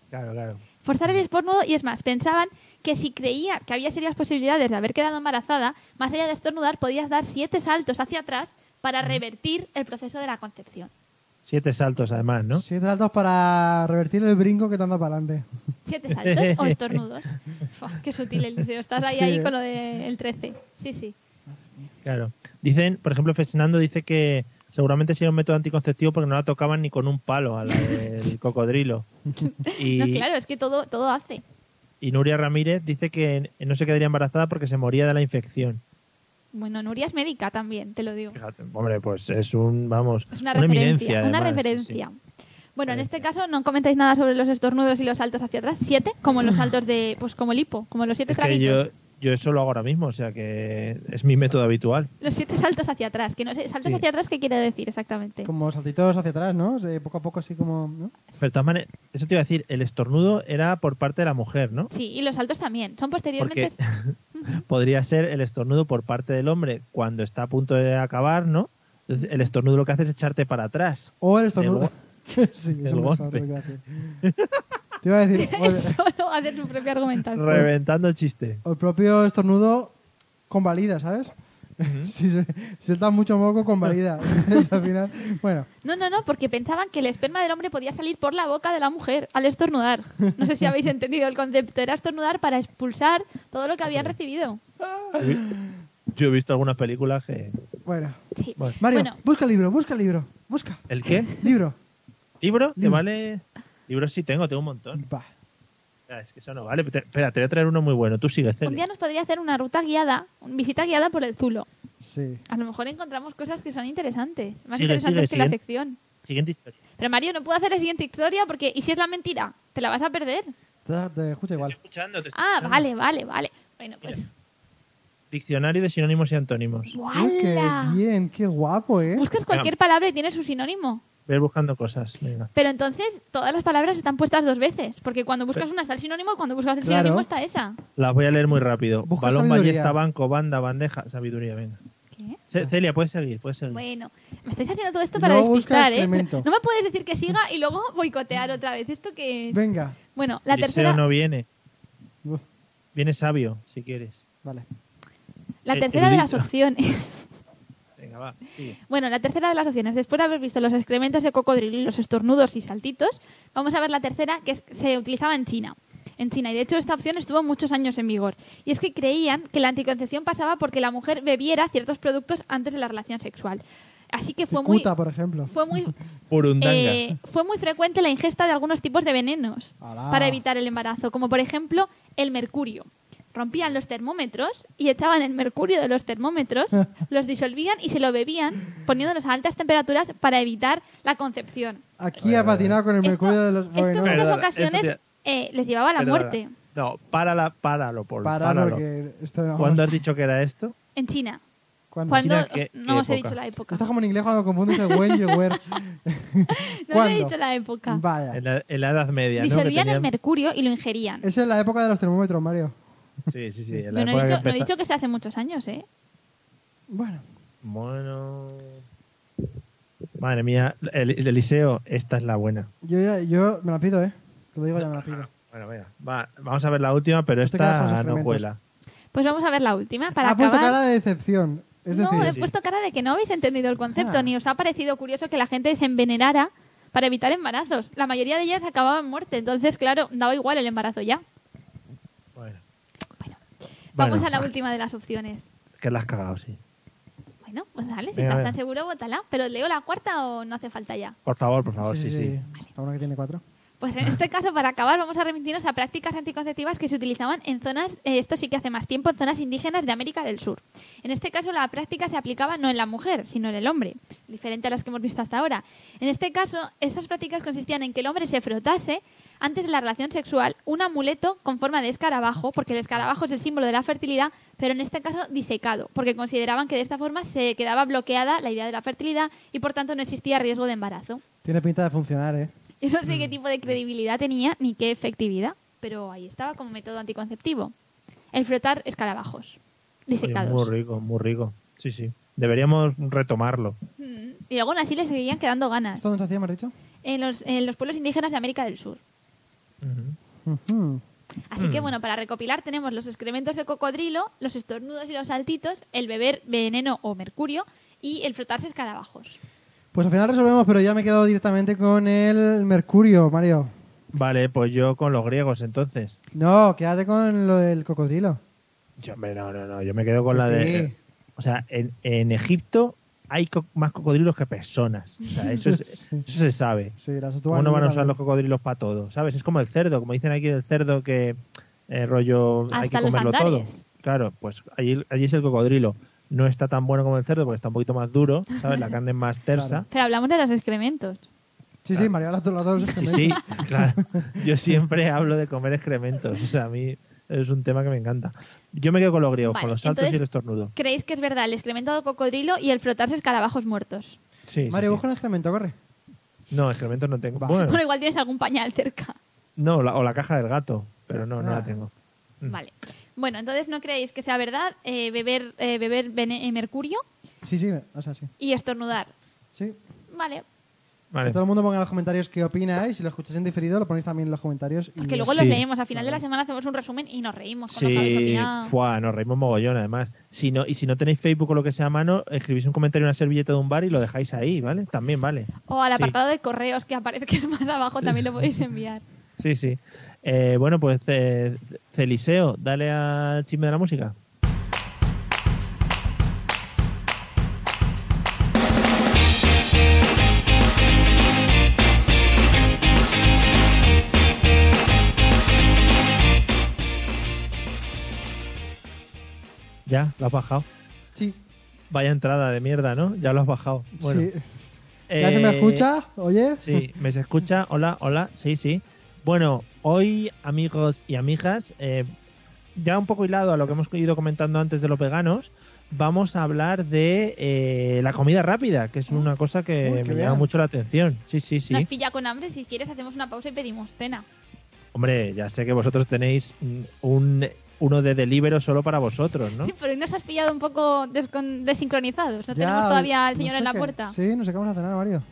[SPEAKER 1] Claro, claro.
[SPEAKER 3] Forzar el estornudo y es más, pensaban que si creía que había serias posibilidades de haber quedado embarazada, más allá de estornudar podías dar siete saltos hacia atrás para revertir el proceso de la concepción.
[SPEAKER 1] Siete saltos además, ¿no?
[SPEAKER 2] Siete altos para revertir el brinco que te anda para adelante.
[SPEAKER 3] ¿Siete saltos o estornudos? Fua, qué sutil, Eliseo. Estás ahí,
[SPEAKER 2] Sí,
[SPEAKER 3] ahí
[SPEAKER 2] eh.
[SPEAKER 3] con lo del 13. Sí, sí.
[SPEAKER 1] Claro. Dicen, por ejemplo, Fernando dice que seguramente sería un método anticonceptivo porque no la tocaban ni con un palo a la del cocodrilo. Y,
[SPEAKER 3] No, claro, es que todo, todo hace.
[SPEAKER 1] y Nuria Ramírez dice que no se quedaría embarazada porque se moría de la infección.
[SPEAKER 3] Bueno, Nuria es médica también, te lo digo.
[SPEAKER 1] Fíjate, hombre, pues es un, vamos,
[SPEAKER 3] Es una,
[SPEAKER 1] eminencia.
[SPEAKER 3] referencia. una
[SPEAKER 1] además, sí,
[SPEAKER 3] referencia.
[SPEAKER 1] sí.
[SPEAKER 3] Bueno, en este
[SPEAKER 1] Referencia.
[SPEAKER 3] caso no comentáis nada sobre los estornudos y los saltos hacia atrás. Siete, como los saltos de, pues como el hipo, como los siete
[SPEAKER 1] Es que
[SPEAKER 3] traguitos.
[SPEAKER 1] yo, yo eso lo hago ahora mismo, o sea que es mi método habitual.
[SPEAKER 3] Los siete saltos hacia atrás, que no sé, saltos
[SPEAKER 1] Sí.
[SPEAKER 3] hacia atrás, ¿qué quiere decir exactamente?
[SPEAKER 2] Como saltitos hacia atrás, ¿no? O sea, poco a poco así como... ¿no?
[SPEAKER 1] Pero de todas maneras, eso te iba a decir, el estornudo era por parte de la mujer, ¿no?
[SPEAKER 3] Sí, y los saltos también, son posteriormente...
[SPEAKER 1] Porque podría ser el estornudo por parte del hombre cuando está a punto de acabar, ¿no? Entonces, el estornudo lo que hace es echarte para atrás.
[SPEAKER 2] O el estornudo.
[SPEAKER 1] go-
[SPEAKER 2] sí, eso me gustaba,
[SPEAKER 1] golpe.
[SPEAKER 2] lo que iba a decir. Te iba a decir, o el,
[SPEAKER 3] Solo hace su propia argumentación.
[SPEAKER 1] Reventando el chiste.
[SPEAKER 2] o el propio estornudo convalida, ¿sabes? si, se, si sueltas mucho moco, convalida. Entonces, al final, bueno,
[SPEAKER 3] No, no, no, porque pensaban que el esperma del hombre podía salir por la boca de la mujer al estornudar. No sé si habéis entendido el concepto. Era estornudar para expulsar todo lo que había recibido.
[SPEAKER 1] Yo he visto algunas películas que...
[SPEAKER 2] bueno.
[SPEAKER 3] Sí.
[SPEAKER 1] Bueno.
[SPEAKER 2] Mario,
[SPEAKER 3] Bueno.
[SPEAKER 2] busca el libro, busca el libro, busca.
[SPEAKER 1] ¿El qué?
[SPEAKER 2] Libro.
[SPEAKER 1] ¿Libro?
[SPEAKER 3] Mm.
[SPEAKER 1] ¿Te vale? Libros sí tengo, tengo un montón.
[SPEAKER 2] Va.
[SPEAKER 1] Ah, Es que eso no vale. Te- espera, te voy a traer uno muy bueno. Tú sigue,
[SPEAKER 3] Un día
[SPEAKER 1] Celia.
[SPEAKER 3] nos podría hacer una ruta guiada, una visita guiada por el Zulo.
[SPEAKER 2] Sí.
[SPEAKER 3] A lo mejor encontramos cosas que son interesantes, más
[SPEAKER 1] Sigue,
[SPEAKER 3] interesantes
[SPEAKER 1] sigue,
[SPEAKER 3] que la
[SPEAKER 1] sigue.
[SPEAKER 3] sección.
[SPEAKER 1] Siguiente historia.
[SPEAKER 3] Pero Mario, no puedo hacer la siguiente historia porque ¿y si es la mentira? ¿Te la vas a perder?
[SPEAKER 2] Te, te escucha
[SPEAKER 1] Te
[SPEAKER 2] igual.
[SPEAKER 1] estoy escuchando, te estoy
[SPEAKER 3] Ah,
[SPEAKER 1] escuchando.
[SPEAKER 3] vale, vale, vale. Bueno, pues...
[SPEAKER 1] Diccionario de sinónimos y antónimos.
[SPEAKER 2] Uy, qué
[SPEAKER 3] ¡Wala!
[SPEAKER 2] bien, qué guapo, ¿eh?
[SPEAKER 3] Buscas cualquier palabra y tiene su sinónimo.
[SPEAKER 1] Voy a ir buscando cosas. Venga.
[SPEAKER 3] Pero entonces todas las palabras están puestas dos veces, porque cuando buscas una está el sinónimo y cuando buscas el
[SPEAKER 2] Claro.
[SPEAKER 3] sinónimo está esa.
[SPEAKER 1] Las voy a leer muy rápido.
[SPEAKER 2] Busca
[SPEAKER 1] Balón,
[SPEAKER 2] sabiduría.
[SPEAKER 1] ballesta, banco, banda, bandeja. Sabiduría, venga.
[SPEAKER 3] ¿Qué?
[SPEAKER 1] Ce- Celia, puedes seguir, puedes seguir.
[SPEAKER 3] Ah. Bueno, me estáis haciendo todo esto para
[SPEAKER 2] No buscas
[SPEAKER 3] despistar, ¿eh?
[SPEAKER 2] Clemento.
[SPEAKER 3] No me puedes decir que siga y luego boicotear otra vez. ¿Esto que es?
[SPEAKER 2] Venga.
[SPEAKER 3] Bueno, la
[SPEAKER 1] Eliseo
[SPEAKER 3] tercera,
[SPEAKER 1] no viene.
[SPEAKER 2] Uf,
[SPEAKER 1] Viene sabio, si quieres.
[SPEAKER 2] vale.
[SPEAKER 3] la
[SPEAKER 1] el-
[SPEAKER 3] tercera
[SPEAKER 1] el
[SPEAKER 3] de las
[SPEAKER 1] dicho.
[SPEAKER 3] opciones.
[SPEAKER 1] Venga, va. sigue.
[SPEAKER 3] Bueno, la tercera de las opciones. Después de haber visto los excrementos de cocodrilo y los estornudos y saltitos, vamos a ver la tercera que es- se utilizaba en China. En China, y de hecho esta opción estuvo muchos años en vigor. Y es que creían que la anticoncepción pasaba porque la mujer bebiera ciertos productos antes de la relación sexual. Así que fue muy,
[SPEAKER 2] Cicuta, por ejemplo.
[SPEAKER 3] fue muy,
[SPEAKER 1] Burundanga.
[SPEAKER 3] eh, fue muy frecuente la ingesta de algunos tipos de venenos
[SPEAKER 2] Alá.
[SPEAKER 3] para evitar el embarazo, como por ejemplo el mercurio. Rompían los termómetros y echaban el mercurio de los termómetros, los disolvían y se lo bebían poniéndolos a altas temperaturas para evitar la concepción.
[SPEAKER 2] Aquí ha patinado con el
[SPEAKER 3] Esto-
[SPEAKER 2] mercurio de los.
[SPEAKER 3] esto en
[SPEAKER 1] Perdona,
[SPEAKER 3] muchas
[SPEAKER 1] esto
[SPEAKER 3] ocasiones
[SPEAKER 1] te-
[SPEAKER 3] eh, les llevaba a la
[SPEAKER 1] Perdona.
[SPEAKER 3] muerte
[SPEAKER 1] No, párala, páralo, Paul,
[SPEAKER 2] para
[SPEAKER 1] páralo.
[SPEAKER 2] porque esto no.
[SPEAKER 1] ¿Cuándo has dicho que era esto?
[SPEAKER 3] en China.
[SPEAKER 2] ¿Cuándo?
[SPEAKER 3] Cuando
[SPEAKER 1] China, Ah, ¿qué-
[SPEAKER 3] no
[SPEAKER 1] qué
[SPEAKER 3] os he
[SPEAKER 1] época?
[SPEAKER 3] dicho la época.
[SPEAKER 2] Estás como en inglés cuando confundes el when y el where.
[SPEAKER 3] No os he
[SPEAKER 2] ¿Cuándo?
[SPEAKER 3] dicho la época.
[SPEAKER 2] Vaya.
[SPEAKER 1] En la, en la Edad Media, ¿no? Que
[SPEAKER 3] Disolvían el
[SPEAKER 1] tenían-
[SPEAKER 3] mercurio y lo ingerían.
[SPEAKER 2] Esa es la época de los termómetros, Mario.
[SPEAKER 1] Sí, sí, sí. en la
[SPEAKER 3] Pero no
[SPEAKER 1] época que
[SPEAKER 3] he, dicho, no he
[SPEAKER 1] empezó-
[SPEAKER 3] dicho que se hace muchos años, ¿eh?
[SPEAKER 2] Bueno.
[SPEAKER 1] Bueno. Madre mía, el, el Eliseo, esta es la buena.
[SPEAKER 2] Yo, ya- yo me la pido, ¿eh? Te lo digo, ya me la pido.
[SPEAKER 1] Bueno, venga, va, vamos a ver la última, pero
[SPEAKER 2] Tú te quedas con los
[SPEAKER 1] esta no
[SPEAKER 2] fermentos.
[SPEAKER 1] cuela.
[SPEAKER 3] Pues vamos a ver la última para
[SPEAKER 2] ha
[SPEAKER 3] acabar.
[SPEAKER 2] puesto cara de decepción. Es
[SPEAKER 3] no, eh.
[SPEAKER 2] decir,
[SPEAKER 3] he puesto cara de que no habéis entendido el concepto,
[SPEAKER 2] Ah.
[SPEAKER 3] ni os ha parecido curioso que la gente se envenenara para evitar embarazos. La mayoría de ellas acababan en muerte, entonces, claro, daba igual el embarazo ya.
[SPEAKER 1] Bueno.
[SPEAKER 3] Vamos
[SPEAKER 1] Bueno,
[SPEAKER 3] a la última de las opciones.
[SPEAKER 1] Que la has cagado, sí.
[SPEAKER 3] Bueno, pues dale, si
[SPEAKER 1] Venga,
[SPEAKER 3] estás
[SPEAKER 1] venga.
[SPEAKER 3] tan seguro, bótala. Pero leo la cuarta o no hace falta ya.
[SPEAKER 1] Por favor, por favor, sí, sí.
[SPEAKER 2] La una que tiene cuatro.
[SPEAKER 3] Pues en este caso, para acabar, vamos a remitirnos a prácticas anticonceptivas que se utilizaban en zonas, eh, esto sí que hace más tiempo, en zonas indígenas de América del Sur. En este caso, la práctica se aplicaba no en la mujer, sino en el hombre, diferente a las que hemos visto hasta ahora. En este caso, esas prácticas consistían en que el hombre se frotase antes de la relación sexual un amuleto con forma de escarabajo, porque el escarabajo es el símbolo de la fertilidad, pero en este caso disecado, porque consideraban que de esta forma se quedaba bloqueada la idea de la fertilidad y por tanto no existía riesgo de embarazo.
[SPEAKER 2] Tiene pinta de funcionar, ¿eh?
[SPEAKER 3] Yo no sé
[SPEAKER 1] Mm.
[SPEAKER 3] qué tipo de credibilidad tenía ni qué efectividad, pero ahí estaba como método anticonceptivo. El frotar escarabajos,
[SPEAKER 1] Oye,
[SPEAKER 3] disecados.
[SPEAKER 1] muy rico, muy rico. Sí, sí. Deberíamos retomarlo.
[SPEAKER 3] Mm, Y luego aún así le seguían quedando ganas
[SPEAKER 2] ¿Esto dónde se hacía, me has dicho?
[SPEAKER 3] en los, en los pueblos indígenas de América del Sur.
[SPEAKER 1] Ujú.
[SPEAKER 2] Ujú.
[SPEAKER 3] Así
[SPEAKER 1] Mm.
[SPEAKER 3] que bueno, para recopilar tenemos los excrementos de cocodrilo, los estornudos y los saltitos, el beber veneno o mercurio y el frotarse escarabajos.
[SPEAKER 2] Pues al final resolvemos, pero ya me he quedado directamente con el mercurio, Mario.
[SPEAKER 1] Vale, pues yo con los griegos, entonces.
[SPEAKER 2] No, quédate con lo del cocodrilo.
[SPEAKER 1] Yo, hombre, no, no, no. Yo me quedo con
[SPEAKER 2] Que
[SPEAKER 1] la de. eh,
[SPEAKER 2] sí.
[SPEAKER 1] o sea, en, en Egipto hay co- más cocodrilos que personas. O sea, eso, es-
[SPEAKER 2] Sí.
[SPEAKER 1] eso se sabe.
[SPEAKER 2] Sí, las
[SPEAKER 1] ¿Cómo no van a usar los cocodrilos para todo? ¿Sabes? Es como el cerdo, como dicen aquí del cerdo que eh, rollo hay
[SPEAKER 3] Hasta
[SPEAKER 1] que
[SPEAKER 3] los
[SPEAKER 1] comerlo todo.
[SPEAKER 3] andares.
[SPEAKER 1] Claro, pues allí, allí es el cocodrilo. No está tan bueno como el cerdo porque está un poquito más duro, ¿sabes? La carne es más tersa.
[SPEAKER 3] Pero hablamos de los excrementos.
[SPEAKER 2] Sí, sí, Mario, las dos. las dos
[SPEAKER 1] Sí, sí, claro. Yo siempre hablo de comer excrementos. O sea, a mí es un tema que me encanta. Yo me quedo con los griegos,
[SPEAKER 3] Vale,
[SPEAKER 1] con los saltos y
[SPEAKER 3] entonces-
[SPEAKER 1] el estornudo.
[SPEAKER 3] ¿Creéis que es verdad el excremento de cocodrilo y el frotarse escarabajos muertos?
[SPEAKER 1] Sí, sí,
[SPEAKER 2] Mario,
[SPEAKER 1] sí.
[SPEAKER 2] busca el excremento, corre.
[SPEAKER 1] No, excrementos no tengo.
[SPEAKER 2] Va.
[SPEAKER 1] Bueno,
[SPEAKER 3] Bueno, igual tienes algún pañal cerca.
[SPEAKER 1] no, la- o la caja del gato, pero no, no
[SPEAKER 2] Ah.
[SPEAKER 1] la tengo. Mm.
[SPEAKER 3] Vale. Bueno, entonces no creéis que sea verdad eh, beber, eh, beber vene- eh, mercurio
[SPEAKER 2] Sí, sí, o sea, sí.
[SPEAKER 3] y estornudar.
[SPEAKER 2] Sí.
[SPEAKER 3] Vale.
[SPEAKER 1] Vale.
[SPEAKER 2] Que todo el mundo ponga en los comentarios qué opina y si lo escucháis en diferido lo ponéis también en los comentarios. Y
[SPEAKER 3] Que luego
[SPEAKER 1] Mm, Sí.
[SPEAKER 3] los leemos. Al final de la semana hacemos un resumen y nos reímos con lo que habéis
[SPEAKER 1] Sí,
[SPEAKER 3] opinado.
[SPEAKER 1] fuá, nos reímos mogollón además. Si no, y si no tenéis Facebook o lo que sea a mano, escribís un comentario en una servilleta de un bar y lo dejáis ahí, ¿vale? También vale.
[SPEAKER 3] O al
[SPEAKER 1] Sí.
[SPEAKER 3] apartado de correos que aparece más abajo también lo podéis enviar.
[SPEAKER 1] Sí, sí. Eh, bueno, pues eh, Celiseo, dale al chisme de la música. Ya, lo has bajado.
[SPEAKER 2] Sí,
[SPEAKER 1] Vaya entrada de mierda, ¿no? Ya lo has bajado. Bueno,
[SPEAKER 2] sí. ¿Ya se me
[SPEAKER 1] eh,
[SPEAKER 2] escucha? ¿Oye?
[SPEAKER 1] Sí, me se escucha. Hola, hola, sí, sí. Bueno, hoy, amigos y amigas, eh, ya un poco hilado a lo que hemos ido comentando antes de los veganos, vamos a hablar de eh, la comida rápida, que es una cosa que
[SPEAKER 2] Uy, qué
[SPEAKER 1] me
[SPEAKER 2] bien.
[SPEAKER 1] llama mucho la atención. Sí, sí, sí.
[SPEAKER 3] Nos pilla con hambre. Si quieres, hacemos una pausa y pedimos cena.
[SPEAKER 1] Hombre, ya sé que vosotros tenéis mm, un uno de delibero solo para vosotros, ¿no?
[SPEAKER 3] Sí, pero hoy nos has pillado un poco descon- desincronizados. No
[SPEAKER 2] Ya,
[SPEAKER 3] tenemos todavía al
[SPEAKER 2] no
[SPEAKER 3] señor
[SPEAKER 2] sé
[SPEAKER 3] en la
[SPEAKER 2] qué.
[SPEAKER 3] puerta.
[SPEAKER 2] Sí, no sé qué vamos a cenar, Mario.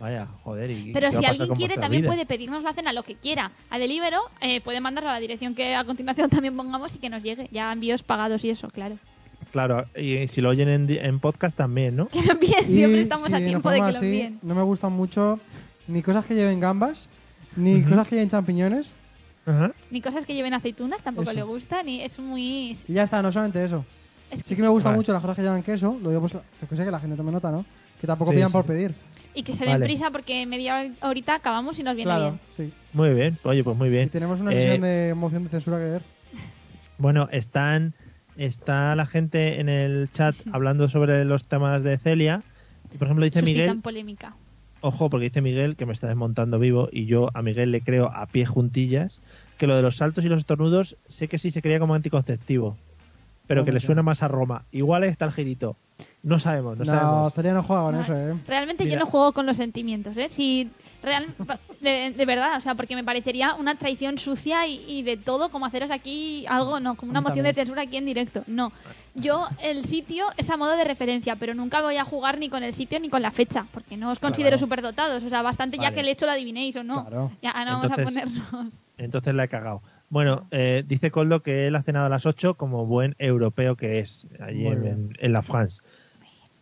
[SPEAKER 1] Vaya, joder. ¿y
[SPEAKER 3] Pero
[SPEAKER 1] qué va a
[SPEAKER 3] si
[SPEAKER 1] pasar
[SPEAKER 3] alguien
[SPEAKER 1] con
[SPEAKER 3] quiere,
[SPEAKER 1] vuestra
[SPEAKER 3] también
[SPEAKER 1] vida?
[SPEAKER 3] puede pedirnos la cena lo que quiera. A Delivero eh, puede mandarlo a la dirección que a continuación también pongamos y que nos llegue. Ya envíos pagados y eso, claro.
[SPEAKER 1] Claro, y si lo oyen en, di- en podcast también, ¿no?
[SPEAKER 3] Que lo envíen,
[SPEAKER 2] Y
[SPEAKER 3] siempre estamos
[SPEAKER 2] si
[SPEAKER 3] a
[SPEAKER 2] nos
[SPEAKER 3] tiempo de que
[SPEAKER 2] ponemos
[SPEAKER 3] lo
[SPEAKER 2] así,
[SPEAKER 3] envíen.
[SPEAKER 2] No me gustan mucho ni cosas que lleven gambas, ni cosas que lleven champiñones.
[SPEAKER 1] Ajá.
[SPEAKER 3] Ni cosas que lleven aceitunas tampoco
[SPEAKER 2] Eso.
[SPEAKER 3] le gustan, ni es muy...
[SPEAKER 2] Y ya está, no solamente eso.
[SPEAKER 3] es
[SPEAKER 2] Sí
[SPEAKER 3] que-
[SPEAKER 2] que me gustan
[SPEAKER 1] Vale.
[SPEAKER 2] mucho las cosas que llevan queso, lo digo pues, yo que sé, que la gente tome nota, ¿no? Que tampoco
[SPEAKER 1] Sí,
[SPEAKER 2] pidan
[SPEAKER 1] sí.
[SPEAKER 2] por pedir.
[SPEAKER 3] Y que se den
[SPEAKER 1] Vale.
[SPEAKER 3] prisa porque media horita acabamos y nos viene
[SPEAKER 2] claro,
[SPEAKER 3] bien.
[SPEAKER 2] sí.
[SPEAKER 1] Muy bien, oye, pues muy bien.
[SPEAKER 2] Y tenemos una
[SPEAKER 1] Eh,
[SPEAKER 2] sesión de moción de censura que ver.
[SPEAKER 1] Bueno, están está la gente en el chat hablando sobre los temas de Celia. Y por ejemplo dice
[SPEAKER 3] Suscitan
[SPEAKER 1] Miguel,
[SPEAKER 3] polémica.
[SPEAKER 1] ojo, porque dice Miguel que me está desmontando vivo y yo a Miguel le creo a pie juntillas que lo de los saltos y los estornudos sé que sí se creía como anticonceptivo, pero que le suena más a Roma. Igual está el girito. No sabemos, no,
[SPEAKER 2] No,
[SPEAKER 1] sabemos.
[SPEAKER 2] Celia no juega con eso, ¿eh?
[SPEAKER 3] Realmente
[SPEAKER 1] Mira.
[SPEAKER 3] yo no juego con los sentimientos, ¿eh? Si real, pa- de, de verdad, o sea, porque me parecería una traición sucia y, y de todo, como haceros aquí algo, no, como una
[SPEAKER 2] A mí
[SPEAKER 3] moción de
[SPEAKER 2] también.
[SPEAKER 3] censura aquí en directo. No, yo el sitio es a modo de referencia, pero nunca voy a jugar ni con el sitio ni con la fecha, porque no os considero superdotados, o sea, bastante ya
[SPEAKER 1] Vale.
[SPEAKER 3] que el hecho lo adivinéis o no.
[SPEAKER 2] Claro.
[SPEAKER 3] Ya no vamos
[SPEAKER 1] Entonces-
[SPEAKER 3] a ponernos.
[SPEAKER 1] Entonces la he cagado. Bueno, eh, dice Coldo que él ha cenado a las 8 como buen europeo que es, allí
[SPEAKER 2] Muy
[SPEAKER 1] en,
[SPEAKER 2] bien.
[SPEAKER 1] en- en la France.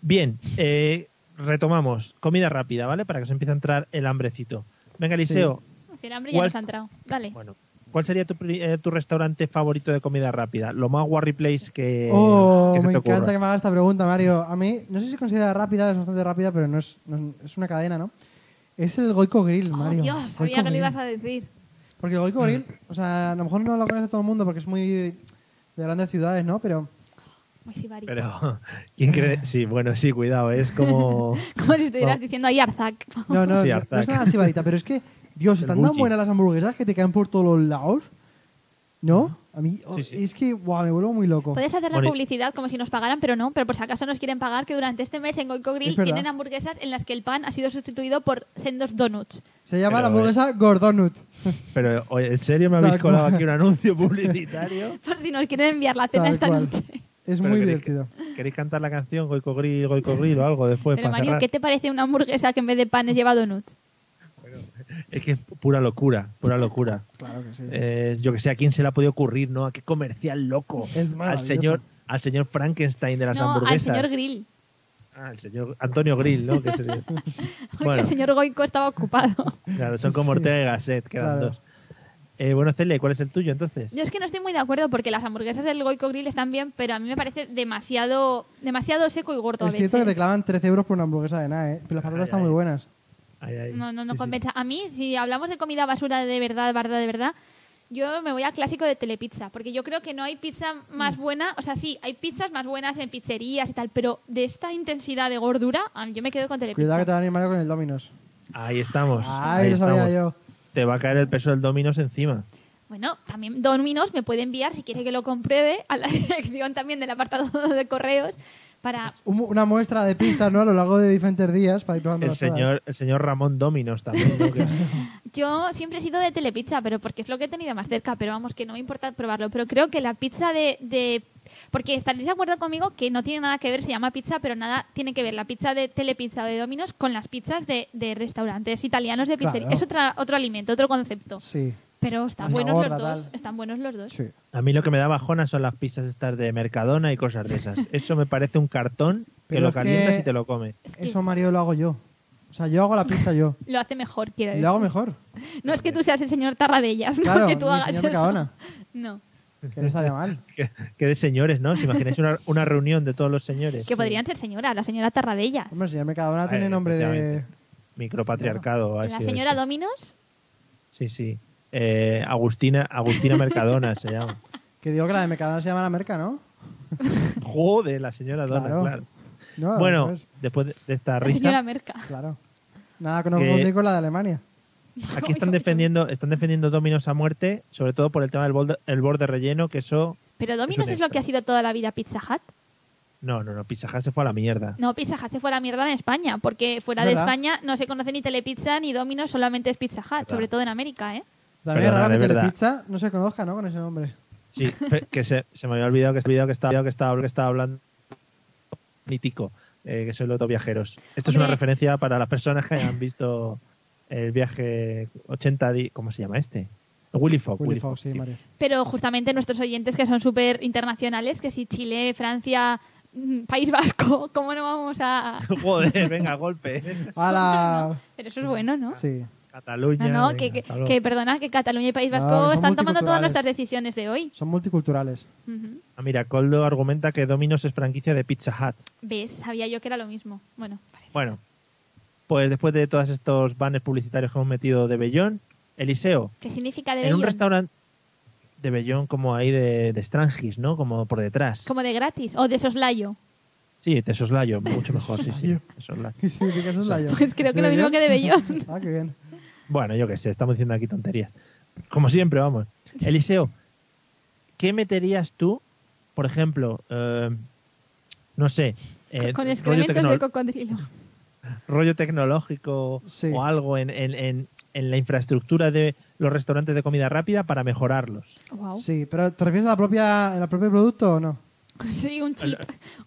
[SPEAKER 1] Bien, eh, retomamos. Comida rápida, ¿vale? Para que se empiece a entrar el hambrecito. Venga, Eliseo,
[SPEAKER 3] Si El hambre ya
[SPEAKER 1] ¿Cuál
[SPEAKER 3] nos ha
[SPEAKER 1] es-
[SPEAKER 3] entrado. Dale.
[SPEAKER 1] bueno, ¿cuál sería tu, pri- eh, tu restaurante favorito de comida rápida? Lo más warry place que,
[SPEAKER 2] Oh,
[SPEAKER 1] Eh, que se
[SPEAKER 2] me
[SPEAKER 1] te ocurra.
[SPEAKER 2] encanta que me hagas esta pregunta, Mario. A mí, no sé si se considera rápida, es bastante rápida, pero no es, no es es una cadena, ¿no? Es el Goico Grill,
[SPEAKER 3] Oh,
[SPEAKER 2] Mario.
[SPEAKER 3] Dios, sabía
[SPEAKER 2] Goico
[SPEAKER 3] que lo
[SPEAKER 2] Grill.
[SPEAKER 3] ibas a decir.
[SPEAKER 2] Porque el Goico Grill, o sea, a lo mejor no lo conoce todo el mundo porque es muy de grandes ciudades, ¿no? Pero
[SPEAKER 3] Muy sibarita.
[SPEAKER 1] Pero, ¿quién cree? Sí, bueno, sí, cuidado, es como...
[SPEAKER 3] Como si estuvieras
[SPEAKER 1] No.
[SPEAKER 3] diciendo ahí Arzak.
[SPEAKER 2] No, no,
[SPEAKER 1] Sí,
[SPEAKER 2] no,
[SPEAKER 1] Artac.
[SPEAKER 2] no es nada así, varita, pero es que, Dios,
[SPEAKER 1] El
[SPEAKER 2] están tan
[SPEAKER 1] Buki.
[SPEAKER 2] buenas las hamburguesas que te caen por todos los lados. ¿No? A mí, oh,
[SPEAKER 1] Sí, sí.
[SPEAKER 2] es que, guau, me vuelvo muy loco.
[SPEAKER 3] Puedes hacer la
[SPEAKER 1] Bueno, y-
[SPEAKER 3] publicidad como si nos pagaran, pero no. Pero por si acaso nos quieren pagar, que durante este mes en Goico Grill
[SPEAKER 2] Es verdad.
[SPEAKER 3] tienen hamburguesas en las que el pan ha sido sustituido por sendos donuts.
[SPEAKER 2] Se llama
[SPEAKER 1] Pero,
[SPEAKER 2] la hamburguesa Gordonut.
[SPEAKER 1] Pero, oye, ¿en serio me habéis
[SPEAKER 2] Tal
[SPEAKER 1] colado
[SPEAKER 2] cual.
[SPEAKER 1] aquí un anuncio publicitario?
[SPEAKER 3] Por si nos quieren enviar la cena
[SPEAKER 2] Tal
[SPEAKER 3] esta
[SPEAKER 2] cual.
[SPEAKER 3] noche.
[SPEAKER 2] Es
[SPEAKER 1] Pero
[SPEAKER 2] muy
[SPEAKER 1] queréis-
[SPEAKER 2] divertido.
[SPEAKER 1] ¿Queréis cantar la canción Goico Grill, Goico Grill o algo después
[SPEAKER 3] pero
[SPEAKER 1] para
[SPEAKER 3] Mario,
[SPEAKER 1] cerrar?
[SPEAKER 3] ¿qué te parece una hamburguesa que en vez de panes lleva donuts?
[SPEAKER 1] Es que es pura locura, pura locura.
[SPEAKER 2] Claro que sí.
[SPEAKER 1] Eh, yo que sé, ¿a quién se le ha podido ocurrir, no? ¿A qué comercial loco?
[SPEAKER 2] Es
[SPEAKER 1] Al
[SPEAKER 2] maravilloso.
[SPEAKER 1] señor, al señor Frankenstein de las
[SPEAKER 3] no, al
[SPEAKER 1] hamburguesas.
[SPEAKER 3] señor Grill.
[SPEAKER 1] Ah, al señor Antonio Grill, ¿no? Que sería-
[SPEAKER 3] Porque
[SPEAKER 1] bueno,
[SPEAKER 3] el señor Goico estaba ocupado.
[SPEAKER 1] claro, son como Ortega y Gasset, que eran
[SPEAKER 2] Claro.
[SPEAKER 1] dos. Eh, bueno, Celia, ¿cuál es el tuyo entonces?
[SPEAKER 3] Yo es que no estoy muy de acuerdo porque las hamburguesas del Goico Grill están bien, pero a mí me parece demasiado, demasiado seco y gordo a
[SPEAKER 2] es
[SPEAKER 3] veces.
[SPEAKER 2] cierto que te clavan 13 euros por una hamburguesa de nada, ¿eh? Pero las patatas están muy buenas.
[SPEAKER 1] Ay, ay.
[SPEAKER 3] No, no,
[SPEAKER 1] Sí,
[SPEAKER 3] no
[SPEAKER 1] sí.
[SPEAKER 3] compensa. A mí, si hablamos de comida basura de verdad, barda de verdad, yo me voy al clásico de Telepizza, porque yo creo que no hay pizza más
[SPEAKER 2] Mm.
[SPEAKER 3] buena, o sea, sí, hay pizzas más buenas en pizzerías y tal, pero de esta intensidad de gordura, a mí- yo me quedo con Telepizza.
[SPEAKER 2] Cuidado que te van a animar con el Dominos.
[SPEAKER 1] Ahí estamos.
[SPEAKER 2] Ay,
[SPEAKER 1] Pues ahí
[SPEAKER 2] lo sabía
[SPEAKER 1] estamos.
[SPEAKER 2] yo.
[SPEAKER 1] Te va a caer el peso del dominos encima.
[SPEAKER 3] Bueno, también Domino's me puede enviar, si quiere que lo compruebe, a la dirección también del apartado de correos para...
[SPEAKER 2] Un- una muestra de pizza, ¿no? A lo largo de diferentes días para ir probando
[SPEAKER 1] El
[SPEAKER 2] las todas.
[SPEAKER 1] señor, el señor Ramón Dominos también. ¿no? Que-
[SPEAKER 3] Yo siempre he sido de telepizza, pero porque es lo que he tenido más cerca, pero vamos, que no me importa probarlo. Pero creo que la pizza de, de Porque estaréis de acuerdo conmigo que no tiene nada que ver, se llama pizza, pero nada tiene que ver la pizza de telepizza o de dominos con las pizzas de, de restaurantes italianos de pizzería.
[SPEAKER 2] Claro.
[SPEAKER 3] Es otra, otro alimento, otro concepto.
[SPEAKER 2] Sí,
[SPEAKER 3] Pero están
[SPEAKER 2] Una
[SPEAKER 3] buenos
[SPEAKER 2] gorda,
[SPEAKER 3] los dos.
[SPEAKER 2] tal.
[SPEAKER 3] Están buenos los dos.
[SPEAKER 2] sí.
[SPEAKER 1] A mí lo que me da bajona son las pizzas estas de Mercadona y cosas de esas. Eso me parece un cartón que
[SPEAKER 2] Pero
[SPEAKER 1] lo
[SPEAKER 2] es que-
[SPEAKER 1] calientas y te lo comes.
[SPEAKER 3] Es que
[SPEAKER 2] Eso, Mario, lo hago yo. O sea, yo hago la pizza yo.
[SPEAKER 3] lo hace mejor, quiero
[SPEAKER 2] Y
[SPEAKER 3] decir.
[SPEAKER 2] la hago mejor.
[SPEAKER 3] No es que tú seas el señor Tarradellas, no
[SPEAKER 2] Claro,
[SPEAKER 3] que tú
[SPEAKER 2] ni
[SPEAKER 3] hagas
[SPEAKER 2] señor
[SPEAKER 3] eso.
[SPEAKER 2] Mercadona.
[SPEAKER 3] No.
[SPEAKER 2] Que no está de mal.
[SPEAKER 1] Que, que de señores, ¿no? Si imagináis una, una reunión de todos los señores.
[SPEAKER 3] Que podrían ser señora, la señora Tarradellas.
[SPEAKER 2] Hombre, si ya me cada una tiene
[SPEAKER 1] Eh,
[SPEAKER 2] nombre de...
[SPEAKER 1] efectivamente. Micropatriarcado. ha
[SPEAKER 3] La
[SPEAKER 1] sido
[SPEAKER 3] señora
[SPEAKER 1] esto.
[SPEAKER 3] Dominos.
[SPEAKER 1] Sí, sí. Eh, Agustina, Agustina Mercadona se llama.
[SPEAKER 2] Que digo que la de Mercadona se llama la Merca, ¿no?
[SPEAKER 1] Joder, la señora Dona,
[SPEAKER 2] Claro.
[SPEAKER 1] claro.
[SPEAKER 2] No,
[SPEAKER 1] Bueno,
[SPEAKER 2] pues,
[SPEAKER 1] después de- de esta
[SPEAKER 3] La
[SPEAKER 1] risa,
[SPEAKER 3] señora Merca.
[SPEAKER 2] claro. Nada, que no
[SPEAKER 1] Que-
[SPEAKER 2] confundir con la de Alemania.
[SPEAKER 1] aquí están defendiendo, están defendiendo Dominos a muerte, sobre todo por el tema del borde, el borde relleno, que eso...
[SPEAKER 3] Pero Dominos es,
[SPEAKER 1] un
[SPEAKER 3] lo que
[SPEAKER 1] extra.
[SPEAKER 3] ha sido toda la vida Pizza Hut.
[SPEAKER 1] No, no, no, Pizza Hut se fue a la mierda.
[SPEAKER 3] No, Pizza Hut se fue a la mierda en España, porque fuera
[SPEAKER 2] Es
[SPEAKER 3] de
[SPEAKER 2] verdad.
[SPEAKER 3] España no se conoce ni Telepizza ni Dominos, solamente es Pizza Hut, sobre todo en América, ¿eh?
[SPEAKER 2] También es
[SPEAKER 1] Perdona,
[SPEAKER 2] raro que
[SPEAKER 1] de verdad.
[SPEAKER 2] Telepizza no se conozca, ¿no? Con ese nombre.
[SPEAKER 1] Sí, fe- que se, se me había olvidado que, olvidado que, estaba, que, estaba, que estaba hablando mítico, eh, que son los dos viajeros. Esto es una
[SPEAKER 3] Hombre.
[SPEAKER 1] referencia para las personas que han visto el viaje 80... di- ¿Cómo se llama este? Willy Fox.
[SPEAKER 2] Willy Fox, sí, Mario.
[SPEAKER 3] Pero justamente nuestros oyentes que son súper internacionales, que si Chile, Francia, mm, País Vasco, ¿cómo no vamos a...?
[SPEAKER 1] Joder, venga, golpe.
[SPEAKER 2] A la...
[SPEAKER 3] Pero eso es bueno, ¿no?
[SPEAKER 2] Sí.
[SPEAKER 1] Cataluña.
[SPEAKER 3] No, no,
[SPEAKER 1] venga,
[SPEAKER 3] que, que,
[SPEAKER 1] hasta luego.
[SPEAKER 3] que perdona, que Cataluña y País
[SPEAKER 2] No,
[SPEAKER 3] Vasco
[SPEAKER 2] que son
[SPEAKER 3] están tomando
[SPEAKER 2] multiculturales.
[SPEAKER 3] todas nuestras decisiones de hoy.
[SPEAKER 2] Son multiculturales.
[SPEAKER 3] Ujú.
[SPEAKER 1] Ah, mira, Coldo argumenta que Domino's es franquicia de Pizza Hut.
[SPEAKER 3] ¿Ves? Sabía yo que era lo mismo. Bueno, parece.
[SPEAKER 1] Bueno, pues después de todos estos banners publicitarios que hemos metido de Bellón, Eliseo,
[SPEAKER 3] ¿Qué significa de
[SPEAKER 1] en un
[SPEAKER 3] bellón?
[SPEAKER 1] restaurante de Bellón como ahí de, de Strangis, ¿no? Como por detrás.
[SPEAKER 3] Como de gratis o de soslayo.
[SPEAKER 1] Sí, te soslayo, mucho mejor, sí, sí. te soslayo.
[SPEAKER 2] ¿Qué significa eso? ¿La yo?
[SPEAKER 3] Pues creo que lo
[SPEAKER 2] ¿De
[SPEAKER 3] mismo
[SPEAKER 2] Bellón?
[SPEAKER 3] que de Bellón.
[SPEAKER 2] Ah, qué bien.
[SPEAKER 1] Bueno, yo qué sé, estamos diciendo aquí tonterías. Como siempre, vamos. Eliseo, ¿qué meterías tú, por ejemplo, eh, no sé, eh,
[SPEAKER 3] con
[SPEAKER 1] rollo
[SPEAKER 3] excrementos
[SPEAKER 1] tecnol-
[SPEAKER 3] de cocodrilo.
[SPEAKER 1] rollo tecnológico
[SPEAKER 2] Sí.
[SPEAKER 1] o algo en, en- en- en la infraestructura de los restaurantes de comida rápida para mejorarlos.
[SPEAKER 3] Wow. Sí.
[SPEAKER 2] Sí, pero ¿te refieres a la propia, al propio producto o no?
[SPEAKER 3] un chip.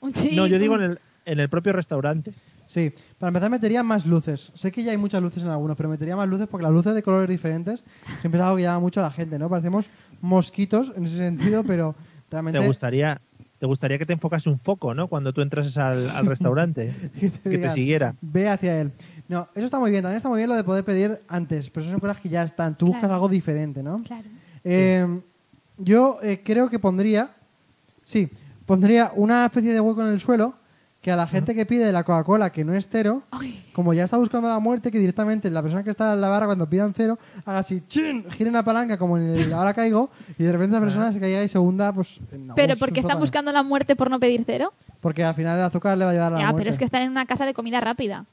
[SPEAKER 3] Un chip.
[SPEAKER 1] No, yo digo en
[SPEAKER 3] un-
[SPEAKER 1] el, en el propio restaurante.
[SPEAKER 2] Sí, para empezar metería más luces. Sé que ya hay muchas luces en algunos, pero metería más luces porque las luces de colores diferentes siempre es algo que llama mucho a la gente, ¿no? Parecemos mosquitos en ese sentido, pero realmente...
[SPEAKER 1] Te gustaría, te gustaría que te enfocase un foco, ¿no? Cuando tú entrases al, al restaurante,
[SPEAKER 2] que te
[SPEAKER 1] que te
[SPEAKER 2] digan,
[SPEAKER 1] siguiera.
[SPEAKER 2] Ve hacia él. No, eso está muy bien. También está muy bien lo de poder pedir antes, pero eso son cosas que ya están. Tú buscas
[SPEAKER 3] Claro.
[SPEAKER 2] algo diferente, ¿no?
[SPEAKER 3] Claro.
[SPEAKER 2] Eh, yo eh, creo que pondría, sí, pondría una especie de hueco en el suelo que a la gente que pide la Coca-Cola que no es cero,
[SPEAKER 3] Ay.
[SPEAKER 2] como ya está buscando la muerte, que directamente la persona que está en la barra cuando pidan cero haga así, chin, gire una palanca como en el ahora caigo y de repente la persona se caiga y segunda, pues... en
[SPEAKER 3] Pero
[SPEAKER 2] algún
[SPEAKER 3] porque están
[SPEAKER 2] sótano.
[SPEAKER 3] buscando la muerte por no pedir cero.
[SPEAKER 2] Porque al final el azúcar le va a llevar a la
[SPEAKER 3] Ya,
[SPEAKER 2] muerte.
[SPEAKER 3] pero es que están en una casa de comida rápida.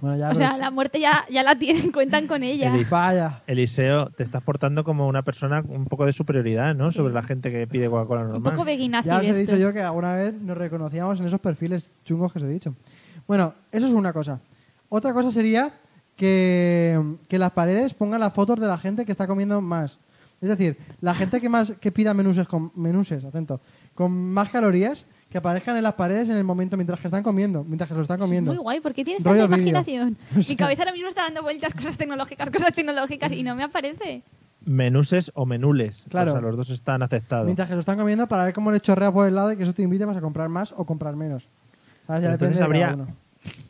[SPEAKER 2] Bueno, ya,
[SPEAKER 3] o
[SPEAKER 2] pero
[SPEAKER 3] sea,
[SPEAKER 2] es-
[SPEAKER 3] la muerte ya, ya la tienen, cuentan con ella.
[SPEAKER 1] Elis-
[SPEAKER 2] Vaya.
[SPEAKER 1] Eliseo, te estás portando como una persona un poco de superioridad, ¿no? Sobre la gente que pide Coca-Cola
[SPEAKER 3] Un
[SPEAKER 1] normal.
[SPEAKER 3] poco veguinazi
[SPEAKER 2] Ya os he
[SPEAKER 3] de
[SPEAKER 2] dicho
[SPEAKER 3] esto.
[SPEAKER 2] yo que alguna vez nos reconocíamos en esos perfiles chungos que os he dicho. Bueno, eso es una cosa. Otra cosa sería que, que las paredes pongan las fotos de la gente que está comiendo más. Es decir, la gente que más que pida menuses con menuses, atento, con más calorías que aparezcan en las paredes en el momento mientras que están comiendo, mientras que lo están comiendo.
[SPEAKER 3] Muy guay, porque tienes
[SPEAKER 2] Rollo
[SPEAKER 3] tanta
[SPEAKER 2] vídeo.
[SPEAKER 3] imaginación.
[SPEAKER 2] O sea-
[SPEAKER 3] Mi cabeza ahora mismo está dando vueltas cosas tecnológicas, cosas tecnológicas y no me aparece.
[SPEAKER 1] Menuses o menules.
[SPEAKER 2] Claro.
[SPEAKER 1] O sea, los dos están aceptados.
[SPEAKER 2] Mientras que lo están comiendo para ver cómo les chorrea por el lado y que eso te invite a comprar más o comprar menos. ¿Sabes? Ya
[SPEAKER 1] Entonces
[SPEAKER 2] depende de
[SPEAKER 1] habría-
[SPEAKER 2] cada uno.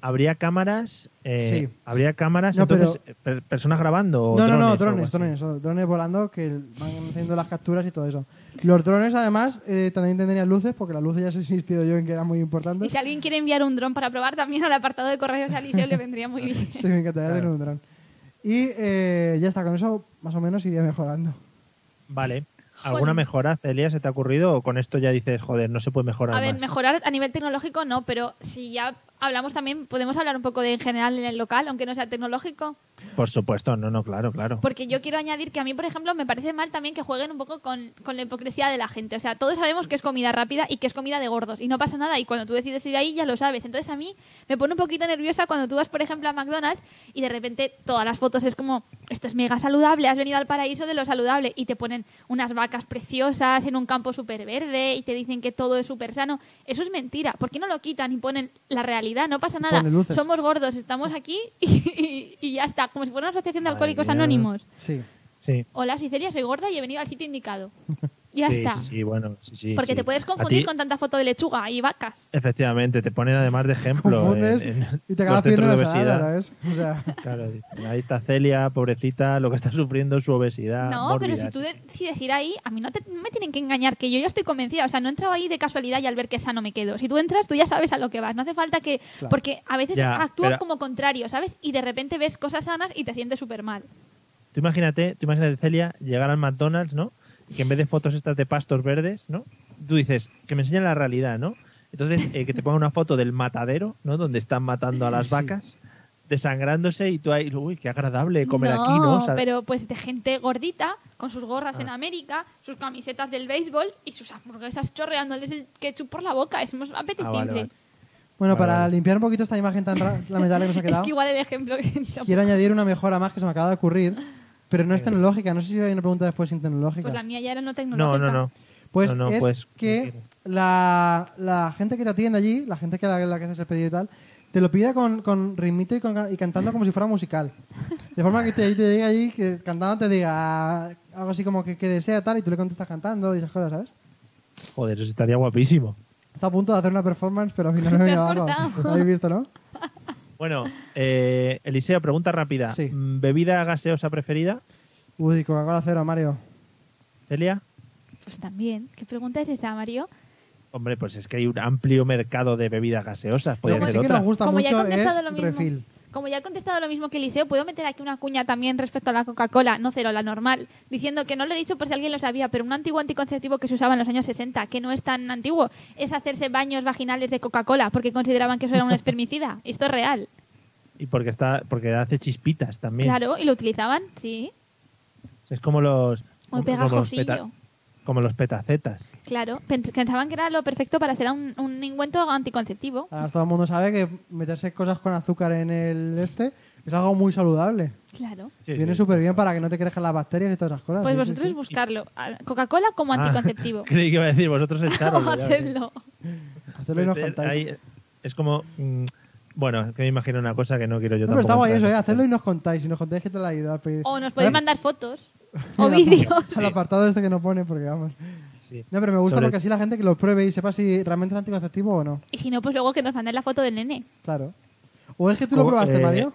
[SPEAKER 1] Habría cámaras, eh,
[SPEAKER 2] Sí.
[SPEAKER 1] habría cámaras,
[SPEAKER 2] No, pero-
[SPEAKER 1] entonces, eh, per- personas grabando o
[SPEAKER 2] No, no, no, drones,
[SPEAKER 1] drones, o algo así.
[SPEAKER 2] drones, o drones volando que van haciendo las capturas y todo eso. Los drones, además, eh, también tendrían luces, porque las luces ya os he insistido yo en que eran muy
[SPEAKER 3] Y
[SPEAKER 2] importantes.
[SPEAKER 3] si alguien quiere enviar un dron para probar también al apartado de correos de Alicia le vendría muy bien.
[SPEAKER 2] Sí, me encantaría tener un dron. Y eh, ya está, con eso más o menos iría mejorando.
[SPEAKER 1] Vale.
[SPEAKER 3] Jolín.
[SPEAKER 1] ¿Alguna mejora, Celia, se te ha ocurrido? ¿O con esto ya dices, joder, no se puede mejorar
[SPEAKER 3] A ver,
[SPEAKER 1] más?
[SPEAKER 3] mejorar a nivel tecnológico no, pero si ya hablamos también, podemos hablar un poco de en general en el local, aunque no sea tecnológico.
[SPEAKER 1] Por supuesto, no, no, claro, claro.
[SPEAKER 3] Porque yo quiero añadir que a mí, por ejemplo, me parece mal también que jueguen un poco con, con la hipocresía de la gente. O sea, todos sabemos que es comida rápida y que es comida de gordos. Y no pasa nada. Y cuando tú decides ir ahí, ya lo sabes. Entonces a mí me pone un poquito nerviosa cuando tú vas, por ejemplo, a McDonald's y de repente todas las fotos es como, esto es mega saludable, has venido al paraíso de lo saludable. Y te ponen unas vacas preciosas en un campo súper verde y te dicen que todo es súper sano. Eso es mentira. ¿Por qué no lo quitan y ponen la realidad? No pasa nada.
[SPEAKER 2] Ponen luces.
[SPEAKER 3] Somos gordos, estamos aquí y, y- y ya está. Como si fuera una asociación de
[SPEAKER 1] Madre
[SPEAKER 3] alcohólicos
[SPEAKER 1] mía.
[SPEAKER 3] anónimos.
[SPEAKER 2] Sí.
[SPEAKER 1] Sí.
[SPEAKER 3] Hola, soy Celia, soy gorda y he venido al sitio indicado. Ya
[SPEAKER 1] sí,
[SPEAKER 3] está.
[SPEAKER 1] sí, sí, bueno, sí, sí,
[SPEAKER 3] Porque
[SPEAKER 1] sí.
[SPEAKER 3] te puedes
[SPEAKER 1] A
[SPEAKER 3] confundir
[SPEAKER 1] ti-
[SPEAKER 3] con tanta foto de lechuga y vacas.
[SPEAKER 1] Efectivamente, te ponen además de ejemplo.
[SPEAKER 2] Confundes
[SPEAKER 1] en- en
[SPEAKER 2] y te
[SPEAKER 1] los
[SPEAKER 2] acabas pidiendo
[SPEAKER 1] centros
[SPEAKER 2] la
[SPEAKER 1] de
[SPEAKER 2] ¿eh? ensalada,
[SPEAKER 1] obesidad.
[SPEAKER 2] ¿sabes? O sea,
[SPEAKER 1] Claro, dicen, ahí está Celia, pobrecita, lo que está sufriendo es su obesidad.
[SPEAKER 3] no,
[SPEAKER 1] mórbida,
[SPEAKER 3] pero si tú
[SPEAKER 1] sí.
[SPEAKER 3] decides ir ahí, a mí no, te- no me tienen que engañar, que yo ya estoy convencida. O sea, no he entrado ahí de casualidad y al ver que sano me quedo. Si tú entras, tú ya sabes a lo que vas. No hace falta que. Porque a veces
[SPEAKER 1] Ya,
[SPEAKER 3] actúan
[SPEAKER 1] pero-
[SPEAKER 3] como contrario, ¿sabes? Y de repente ves cosas sanas y te sientes súper mal.
[SPEAKER 1] Tú imagínate, tú imagínate, Celia, llegar al McDonald's, ¿no? Que en vez de fotos estas de pastos verdes, ¿no? Tú dices, que me enseñen la realidad, ¿no? Entonces, eh, que te ponga una foto del matadero, ¿no? Donde están matando a las vacas, desangrándose y tú ahí, uy, qué agradable comer
[SPEAKER 3] no,
[SPEAKER 1] aquí, ¿no? O sea, Ah.
[SPEAKER 3] pero pues de gente gordita, con sus gorras en América, sus camisetas del béisbol y sus hamburguesas chorreándoles el ketchup por la boca. Es más apetecible.
[SPEAKER 1] Ah, vale. Vale,
[SPEAKER 2] bueno, para
[SPEAKER 1] vale.
[SPEAKER 2] limpiar un poquito esta imagen tan ra- lamentable que nos ha
[SPEAKER 3] Es
[SPEAKER 2] quedado,
[SPEAKER 3] que igual el ejemplo que
[SPEAKER 2] quiero añadir una mejora más que se me acaba de ocurrir, pero no es tecnológica. No sé si hay una pregunta después sin tecnológica.
[SPEAKER 3] Pues la mía ya era no
[SPEAKER 1] No,
[SPEAKER 3] tecnológica.
[SPEAKER 1] no, no.
[SPEAKER 2] Pues
[SPEAKER 1] No, no,
[SPEAKER 2] es
[SPEAKER 1] pues,
[SPEAKER 2] que la, la gente que te atiende allí, la gente que la, la que haces el pedido y tal, te lo pide con, con ritmito y, con- y cantando como si fuera musical. De forma que te, te diga allí, que cantando te diga ah, algo así como que, que desea tal y tú le contestas cantando y esas cosas, ¿sabes?
[SPEAKER 1] Joder, eso estaría guapísimo.
[SPEAKER 2] Está a punto de hacer una performance, pero al final no me
[SPEAKER 3] Te has
[SPEAKER 2] ha venido abajo.
[SPEAKER 3] cortado.
[SPEAKER 2] Lo habéis visto, ¿no?
[SPEAKER 1] Bueno, eh, Eliseo, pregunta rápida.
[SPEAKER 2] Sí.
[SPEAKER 1] Mm, ¿Bebida gaseosa preferida,
[SPEAKER 2] Uy, Coca-Cola cero, Mario.
[SPEAKER 1] Celia?
[SPEAKER 3] Pues también. ¿Qué pregunta es esa, Mario?
[SPEAKER 1] Hombre, pues es que hay un amplio mercado de bebidas gaseosas. Podría
[SPEAKER 2] Lo que
[SPEAKER 1] ser
[SPEAKER 2] pues sí que
[SPEAKER 1] otra.
[SPEAKER 2] nos gusta
[SPEAKER 3] Como ya he
[SPEAKER 2] mucho
[SPEAKER 3] contestado
[SPEAKER 2] es
[SPEAKER 3] lo mismo.
[SPEAKER 2] refill.
[SPEAKER 3] Como ya he contestado lo mismo que Eliseo, puedo meter aquí una cuña también respecto a la Coca-Cola, no cero, la normal, diciendo que no lo he dicho por si alguien lo sabía, pero un antiguo anticonceptivo que se usaba en los años 60, que no es tan antiguo, es hacerse baños vaginales de Coca-Cola, porque consideraban que eso era un espermicida. Esto es real.
[SPEAKER 1] Y porque está, porque hace chispitas también.
[SPEAKER 3] Claro, y lo utilizaban, sí.
[SPEAKER 1] Es como los como- como
[SPEAKER 3] Muy
[SPEAKER 1] los,
[SPEAKER 3] pegajosillo.
[SPEAKER 1] como los petacetas.
[SPEAKER 3] Claro, Pens- pensaban que era lo perfecto para ser un, un ingüento anticonceptivo.
[SPEAKER 2] Además, todo el mundo sabe que meterse cosas con azúcar en el este es algo muy saludable.
[SPEAKER 3] Claro.
[SPEAKER 1] Sí,
[SPEAKER 2] Viene
[SPEAKER 1] sí.
[SPEAKER 2] súper bien para que no te crezcan las bacterias y todas esas cosas.
[SPEAKER 3] Pues
[SPEAKER 2] Ah, sí, sí,
[SPEAKER 3] vosotros
[SPEAKER 2] sí.
[SPEAKER 3] buscarlo. A- Coca-Cola como
[SPEAKER 1] Ah,
[SPEAKER 3] anticonceptivo.
[SPEAKER 1] creí que iba a decir vosotros echaros.
[SPEAKER 3] o hacerlo.
[SPEAKER 2] Hacerlo y nos contáis.
[SPEAKER 1] es como mm, bueno, que me imagino una cosa que no quiero yo
[SPEAKER 2] No,
[SPEAKER 1] tampoco.
[SPEAKER 2] pero está guay eso,
[SPEAKER 1] entrar.
[SPEAKER 2] ¿eh? Hacerlo y nos contáis. Si nos contáis que te la ha ido a pedir.
[SPEAKER 3] O nos
[SPEAKER 2] Ahora,
[SPEAKER 3] podéis mandar fotos. O
[SPEAKER 2] Mira, pues.
[SPEAKER 3] vídeos.
[SPEAKER 2] Al apartado este que nos pone, porque vamos.
[SPEAKER 1] Sí.
[SPEAKER 2] No, pero me gusta
[SPEAKER 1] Sobre-
[SPEAKER 2] porque así la gente que lo pruebe y sepa si realmente es anticonceptivo o no.
[SPEAKER 3] Y si no, pues luego que nos manden la foto del nene.
[SPEAKER 2] Claro. ¿O es que tú lo
[SPEAKER 1] Como,
[SPEAKER 2] probaste,
[SPEAKER 1] eh,
[SPEAKER 2] Mario?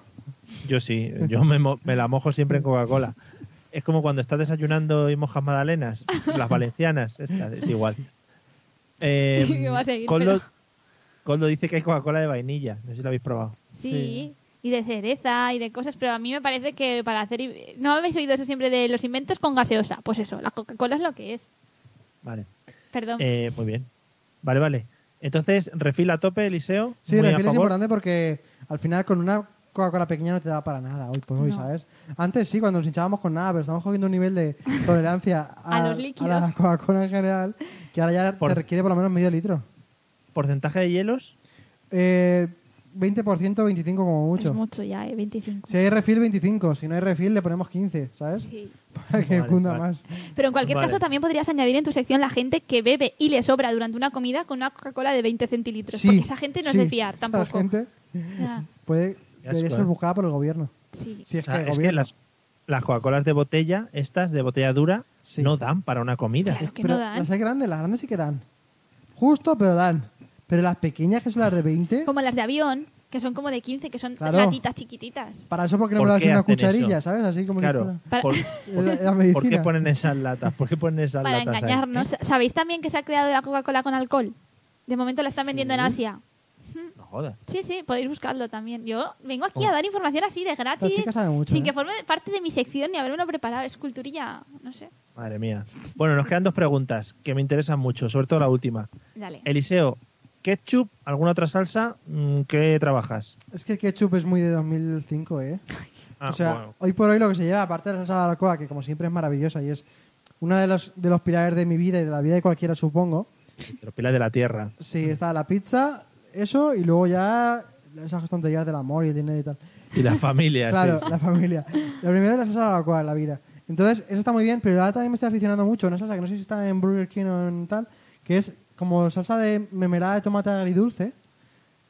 [SPEAKER 1] Yo sí, yo me, mo- me la mojo siempre en Coca-Cola. Es como cuando estás desayunando y mojas magdalenas, las valencianas, estas, es igual. Eh,
[SPEAKER 3] Que va a seguir,
[SPEAKER 1] Coldo,
[SPEAKER 3] pero-
[SPEAKER 1] Coldo dice que hay Coca-Cola de vainilla, no sé si lo habéis probado.
[SPEAKER 3] Sí.
[SPEAKER 2] Sí.
[SPEAKER 3] Y de cereza y de cosas. Pero a mí me parece que para hacer. i- ¿No habéis oído eso siempre de los inventos con gaseosa? Pues eso, la Coca-Cola es lo que es.
[SPEAKER 1] Vale.
[SPEAKER 3] Perdón.
[SPEAKER 1] Eh, muy bien. Vale, vale. Entonces, refil a tope, Eliseo.
[SPEAKER 2] Sí,
[SPEAKER 1] muy a
[SPEAKER 2] refil es
[SPEAKER 1] favor.
[SPEAKER 2] importante porque al final con una Coca-Cola pequeña no te da para nada hoy por hoy,
[SPEAKER 3] No.
[SPEAKER 2] ¿sabes? Antes sí, cuando nos hinchábamos con nada, pero estamos cogiendo un nivel de tolerancia a,
[SPEAKER 3] A los líquidos.
[SPEAKER 2] a la Coca-Cola en general que ahora ya
[SPEAKER 1] Por-
[SPEAKER 2] te requiere por lo menos medio litro.
[SPEAKER 1] Porcentaje de hielos,
[SPEAKER 2] Eh, 20%, 25% como mucho.
[SPEAKER 3] Es mucho ya, ¿eh? 25.
[SPEAKER 2] Si hay refil, 25. Si no hay refil, le ponemos 15, ¿sabes?
[SPEAKER 3] Sí.
[SPEAKER 2] Para que
[SPEAKER 1] Vale,
[SPEAKER 2] cunda
[SPEAKER 1] vale.
[SPEAKER 2] más.
[SPEAKER 3] Pero en cualquier
[SPEAKER 1] Vale.
[SPEAKER 3] caso, también podrías añadir en tu sección la gente que bebe y le sobra durante una comida con una Coca-Cola de 20 centilitros.
[SPEAKER 2] Sí,
[SPEAKER 3] porque esa gente no
[SPEAKER 2] sí.
[SPEAKER 3] es de fiar
[SPEAKER 2] Esa
[SPEAKER 3] tampoco.
[SPEAKER 2] gente
[SPEAKER 3] Ya,
[SPEAKER 2] puede, debería
[SPEAKER 1] asco,
[SPEAKER 2] ser
[SPEAKER 1] eh.
[SPEAKER 2] buscada por el gobierno.
[SPEAKER 3] sí.
[SPEAKER 2] Si
[SPEAKER 1] O
[SPEAKER 2] es
[SPEAKER 1] sea,
[SPEAKER 2] que el
[SPEAKER 1] es que
[SPEAKER 2] gobierno.
[SPEAKER 1] las, las Coca-Colas de botella, estas de botella dura,
[SPEAKER 2] Sí.
[SPEAKER 1] no dan para una comida.
[SPEAKER 3] Claro que
[SPEAKER 2] Pero
[SPEAKER 3] no dan.
[SPEAKER 2] las hay grandes, las grandes sí que dan. Justo, pero dan. Pero las pequeñas, que son las de 20,
[SPEAKER 3] Como las de avión, que son como de 15, que son
[SPEAKER 2] Claro.
[SPEAKER 3] latitas chiquititas.
[SPEAKER 2] para eso porque no
[SPEAKER 1] ¿Por
[SPEAKER 2] me lo
[SPEAKER 1] qué
[SPEAKER 2] hacen una
[SPEAKER 1] hacen
[SPEAKER 2] cucharilla,
[SPEAKER 1] eso?
[SPEAKER 2] ¿sabes? Así como si
[SPEAKER 1] Claro.
[SPEAKER 3] Para-
[SPEAKER 1] ¿Por,
[SPEAKER 2] fuera la- la
[SPEAKER 1] por qué
[SPEAKER 2] medicina.
[SPEAKER 1] ponen esas latas? ¿Por qué ponen esas
[SPEAKER 3] Para
[SPEAKER 1] latas ahí? ¿eh?
[SPEAKER 3] engañarnos. ¿Sabéis también que se ha creado la Coca-Cola con alcohol? De momento la están vendiendo en Asia.
[SPEAKER 1] No jodas.
[SPEAKER 3] Sí, sí, podéis buscarlo también. Yo vengo
[SPEAKER 2] Oh.
[SPEAKER 3] aquí a dar información así de gratis,
[SPEAKER 2] chica sabe mucho,
[SPEAKER 3] sin
[SPEAKER 2] ¿eh?
[SPEAKER 3] que forme parte de mi sección ni haberme lo preparado. Es culturilla, no sé.
[SPEAKER 1] Madre mía. Bueno, nos quedan dos preguntas que me interesan mucho, sobre todo la última.
[SPEAKER 3] Dale.
[SPEAKER 1] Eliseo, ¿ketchup? ¿Alguna otra salsa? Mm, ¿Qué trabajas?
[SPEAKER 2] Es que el ketchup es muy de 2005, ¿eh?
[SPEAKER 1] Ah,
[SPEAKER 2] o sea,
[SPEAKER 1] bueno.
[SPEAKER 2] hoy por hoy lo que se lleva, aparte de la salsa de barbacoa, que como siempre es maravillosa y es uno de los, de los pilares de mi vida y de la vida de cualquiera, supongo,
[SPEAKER 1] De los pilares de la tierra.
[SPEAKER 2] sí, está la pizza, eso, y luego ya esas tonterías del amor y el dinero y tal.
[SPEAKER 1] Y la familia.
[SPEAKER 2] Claro,
[SPEAKER 1] sí.
[SPEAKER 2] la familia. Lo primero es la salsa de barbacoa en la vida. Entonces, eso está muy bien, pero ahora también me estoy aficionando mucho a una salsa que no sé si está en Burger King o en tal, que es como salsa de mermelada de tomate agridulce.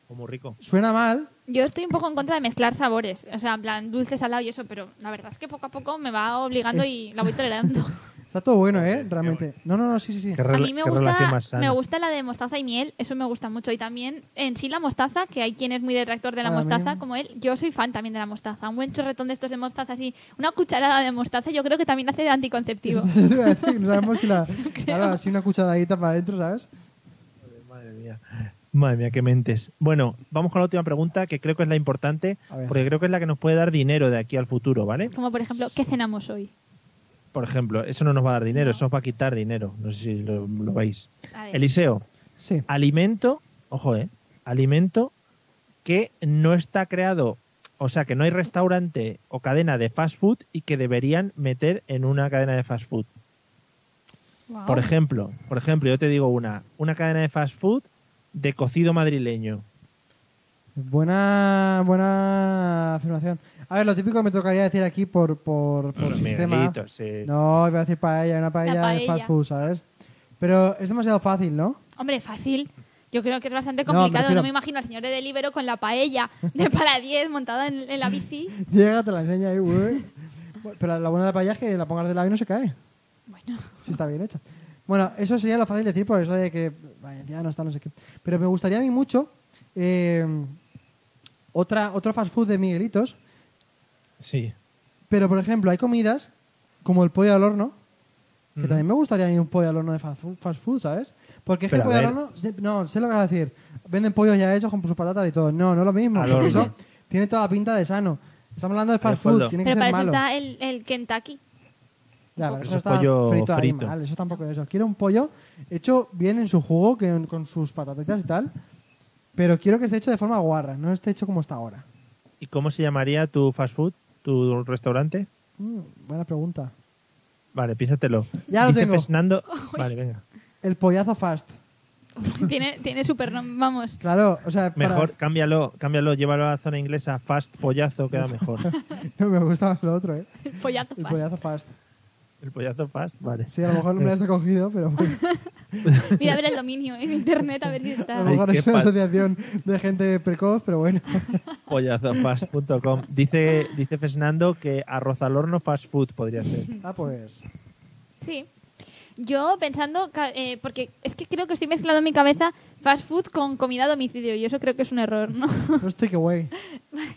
[SPEAKER 1] Oh, muy rico.
[SPEAKER 2] Suena mal,
[SPEAKER 3] Yo estoy un poco en contra de mezclar sabores, o sea, en plan dulce, salado y eso, pero la verdad es que poco a poco me va obligando y la voy tolerando.
[SPEAKER 2] está todo bueno, ¿eh? Realmente. No, no, no, sí, sí, sí.
[SPEAKER 1] Qué
[SPEAKER 3] A
[SPEAKER 1] rela-
[SPEAKER 3] mí me
[SPEAKER 1] qué relación
[SPEAKER 3] gusta,
[SPEAKER 1] más sana.
[SPEAKER 3] me gusta la de mostaza y miel, eso me gusta mucho. Y también en sí la mostaza, que hay quien es muy detractor de la
[SPEAKER 2] Ah,
[SPEAKER 3] mostaza,
[SPEAKER 2] mira.
[SPEAKER 3] como él. Yo soy fan también de la mostaza. Un buen chorretón de estos de mostaza, así, una cucharada de mostaza, yo creo que también hace de anticonceptivo.
[SPEAKER 2] Eso te iba a decir, no sabemos si la. Claro, así una cucharadita para adentro, ¿sabes?
[SPEAKER 1] Madre mía. Madre mía, qué mentes. Bueno, vamos con la última pregunta, que creo que es la importante,
[SPEAKER 2] A ver.
[SPEAKER 1] porque creo que es la que nos puede dar dinero de aquí al futuro, ¿vale?
[SPEAKER 3] Como por ejemplo, ¿qué cenamos hoy?
[SPEAKER 1] Por ejemplo, eso no nos va a dar dinero, eso nos va a quitar dinero. No sé si lo, lo veis.
[SPEAKER 3] A ver.
[SPEAKER 1] Eliseo,
[SPEAKER 2] Sí.
[SPEAKER 1] alimento, ojo, ¿eh? Alimento que no está creado, o sea, que no hay restaurante o cadena de fast food y que deberían meter en una cadena de fast food.
[SPEAKER 3] Guau.
[SPEAKER 1] Por ejemplo, por ejemplo, yo te digo una, una cadena de fast food de cocido madrileño.
[SPEAKER 2] Buena, buena afirmación. A ver, lo típico que me tocaría decir aquí por, por, por
[SPEAKER 1] Los
[SPEAKER 2] sistema.
[SPEAKER 1] miguelitos, sí.
[SPEAKER 2] No, iba a decir paella, una paella,
[SPEAKER 3] La
[SPEAKER 2] de
[SPEAKER 3] paella.
[SPEAKER 2] fast food, ¿sabes? Pero es demasiado fácil, ¿no?
[SPEAKER 3] Hombre, fácil. Yo creo que es bastante
[SPEAKER 2] No, me
[SPEAKER 3] complicado. No me,
[SPEAKER 2] refiero-
[SPEAKER 3] imagino al señor de Delibero con la paella de para 10 montada en, en la bici.
[SPEAKER 2] Llega, te la enseña ahí, güey. Pero la buena de la paella es que la pongas de lado y no se cae.
[SPEAKER 3] Bueno,
[SPEAKER 2] Sí, está bien hecha. Bueno, eso sería lo fácil de decir por eso de que Valencia no está, no sé qué. Pero me gustaría a mí mucho eh, otra, otro fast food de Miguelitos.
[SPEAKER 1] Sí.
[SPEAKER 2] Pero, por ejemplo, hay comidas como el pollo al horno, que
[SPEAKER 1] Ujú.
[SPEAKER 2] también me gustaría a mí un pollo al horno de fast food, fast food, ¿sabas? Porque es que el
[SPEAKER 1] Pero
[SPEAKER 2] pollo
[SPEAKER 1] a
[SPEAKER 2] al
[SPEAKER 1] ver.
[SPEAKER 2] horno... No, sé lo que vas a decir. Venden pollos ya hechos con sus patatas y todo. No, no es lo mismo.
[SPEAKER 1] Al
[SPEAKER 2] porque
[SPEAKER 1] horno.
[SPEAKER 2] eso tiene toda la pinta de sano. Estamos hablando de fast
[SPEAKER 1] Leopoldo.
[SPEAKER 2] food, tiene que
[SPEAKER 3] pero
[SPEAKER 2] ser
[SPEAKER 3] para
[SPEAKER 2] malo.
[SPEAKER 3] eso está el, el Kentucky.
[SPEAKER 2] Ya,
[SPEAKER 1] Eso
[SPEAKER 2] pero eso
[SPEAKER 1] es
[SPEAKER 2] está
[SPEAKER 1] pollo
[SPEAKER 2] frito, ahí
[SPEAKER 1] frito.
[SPEAKER 2] mal, eso tampoco es eso. Quiero un pollo hecho bien en su jugo, que, con sus patatitas y tal, pero quiero que esté hecho de forma guarra, no esté hecho como está ahora.
[SPEAKER 1] ¿Y cómo se llamaría tu fast food, tu restaurante?
[SPEAKER 2] Mm, buena pregunta.
[SPEAKER 1] Vale, piénsatelo.
[SPEAKER 2] Ya lo
[SPEAKER 1] Dice
[SPEAKER 2] tengo.
[SPEAKER 1] Fernando- Vale, venga.
[SPEAKER 2] El pollazo fast.
[SPEAKER 3] tiene tiene super vamos.
[SPEAKER 2] Claro, o sea, para-
[SPEAKER 1] Mejor, cámbialo, cámbialo, llévalo a la zona inglesa, fast pollazo queda mejor.
[SPEAKER 2] No, me gusta más lo otro, ¿eh?
[SPEAKER 3] Pollazo
[SPEAKER 2] El
[SPEAKER 3] fast.
[SPEAKER 2] pollazo fast.
[SPEAKER 1] El pollazo fast, vale.
[SPEAKER 2] Sí, a lo mejor no me lo has cogido, pero bueno,
[SPEAKER 3] Mira a ver el dominio en internet a ver si
[SPEAKER 2] a lo
[SPEAKER 3] está.
[SPEAKER 1] Ay,
[SPEAKER 2] mejor
[SPEAKER 1] qué
[SPEAKER 2] es una
[SPEAKER 1] fal-
[SPEAKER 2] asociación de gente precoz, pero bueno.
[SPEAKER 1] Pollazofast.com. Dice, dice Fernando que arroz al horno fast food podría ser.
[SPEAKER 2] Ah, pues...
[SPEAKER 3] Sí. Yo pensando, ca- eh, porque es que creo que estoy mezclando en mi cabeza fast food con comida a domicilio y eso creo que es un error, ¿no?
[SPEAKER 2] Los takeaway.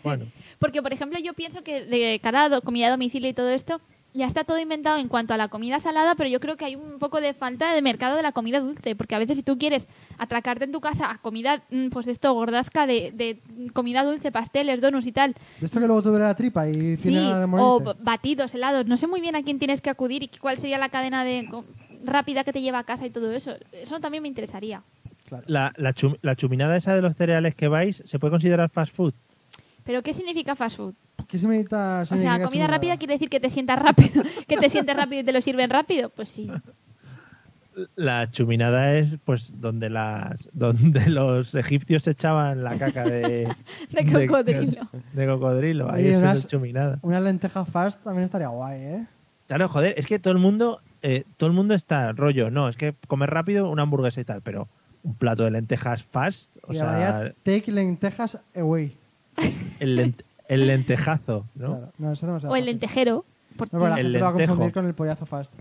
[SPEAKER 1] Bueno,
[SPEAKER 3] Porque, por ejemplo, yo pienso que de cara a do- comida a domicilio y todo esto, ya está todo inventado en cuanto a la comida salada, pero yo creo que hay un poco de falta de mercado de la comida dulce, porque a veces si tú quieres atracarte en tu casa a comida, mm, pues esto, gordasca de, de mm, comida dulce, pasteles, donuts y tal,
[SPEAKER 2] De esto que luego te duele la tripa y tiene
[SPEAKER 3] sí,
[SPEAKER 2] ganas de
[SPEAKER 3] o
[SPEAKER 2] morirte.
[SPEAKER 3] b- batidos, helados, no sé muy bien a quién tienes que acudir y cuál sería la cadena de co- rápida que te lleva a casa y todo eso. Eso también me interesaría.
[SPEAKER 1] la, la, chum- la chuminada esa de los cereales que vais, ¿se puede considerar fast food?
[SPEAKER 3] Pero ¿qué significa fast food?
[SPEAKER 2] ¿Qué se medita?
[SPEAKER 3] O sea, comida rápida quiere decir que te sientas rápido, que te sientes rápido y te lo sirven rápido. Pues sí.
[SPEAKER 1] La chuminada es pues donde las donde los egipcios se echaban la caca de,
[SPEAKER 3] De cocodrilo.
[SPEAKER 1] De, cocodrilo, ahí
[SPEAKER 2] Oye,
[SPEAKER 1] es
[SPEAKER 2] unas-
[SPEAKER 1] la chuminada.
[SPEAKER 2] Una lenteja fast también estaría guay, ¿eh?
[SPEAKER 1] Claro, joder, es que todo el mundo, eh, todo el mundo está rollo, no, es que comer rápido una hamburguesa y tal, pero un plato de lentejas fast, o
[SPEAKER 2] O sea,
[SPEAKER 1] sea,
[SPEAKER 2] take lentejas away.
[SPEAKER 1] el, lent- el lentejazo, ¿no?
[SPEAKER 2] Claro. No, eso es demasiado
[SPEAKER 3] O el
[SPEAKER 2] fácil.
[SPEAKER 3] lentejero. porque
[SPEAKER 2] No, pero la
[SPEAKER 1] El
[SPEAKER 2] gente lo va a confundir
[SPEAKER 1] lentejo.
[SPEAKER 2] con el pollazo fast.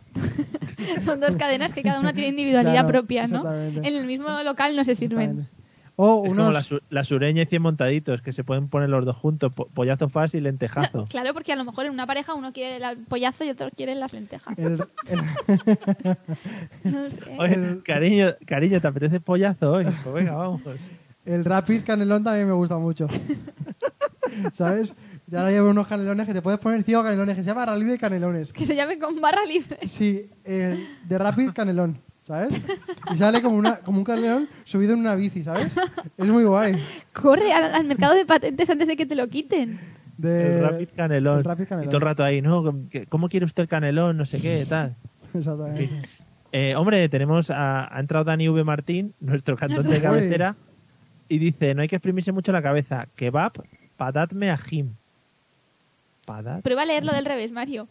[SPEAKER 3] son dos cadenas que cada una tiene individualidad
[SPEAKER 2] Claro,
[SPEAKER 3] propia, ¿no? En
[SPEAKER 2] exactamente.
[SPEAKER 3] el mismo local no se sirven.
[SPEAKER 2] Exactamente. O
[SPEAKER 1] Es como la,
[SPEAKER 2] unos...
[SPEAKER 1] su- la sureña y 100 montaditos, que se pueden poner los dos juntos, po- pollazo fast y lentejazo.
[SPEAKER 3] Claro, porque a lo mejor en una pareja uno quiere el pollazo y otro quiere las lentejas.
[SPEAKER 2] el-
[SPEAKER 3] No sé.
[SPEAKER 1] Oye, cariño, cariño, ¿te apetece pollazo hoy? Pues venga, vamos.
[SPEAKER 2] Eh, el rapid canelón también me gusta mucho. ¿Sabes? Y ahora llevo unos canelones que te puedes poner ciego a canelones, que se llama Libre Canelones.
[SPEAKER 3] Que se llame con barra libre.
[SPEAKER 2] Sí, el de rapid canelón, ¿sabes? Y sale como, una, como un canelón subido en una bici, ¿sabes? Es muy guay.
[SPEAKER 3] Corre al, al mercado de patentes antes de que te lo quiten.
[SPEAKER 2] de-
[SPEAKER 1] El rapid canelón.
[SPEAKER 2] el rapid canelón.
[SPEAKER 1] Y todo el rato ahí, ¿no? Que- ¿Cómo quiere usted el canelón? No sé qué, tal.
[SPEAKER 2] Exactamente.
[SPEAKER 1] Eh, hombre, tenemos a, ha entrado Dani V. Martín, nuestro cantante de
[SPEAKER 2] Nuestro-
[SPEAKER 1] cabecera, y dice, no hay que exprimirse mucho la cabeza. Kebab, padadme a Jim. Padad
[SPEAKER 3] Prueba a leerlo del revés, Mario.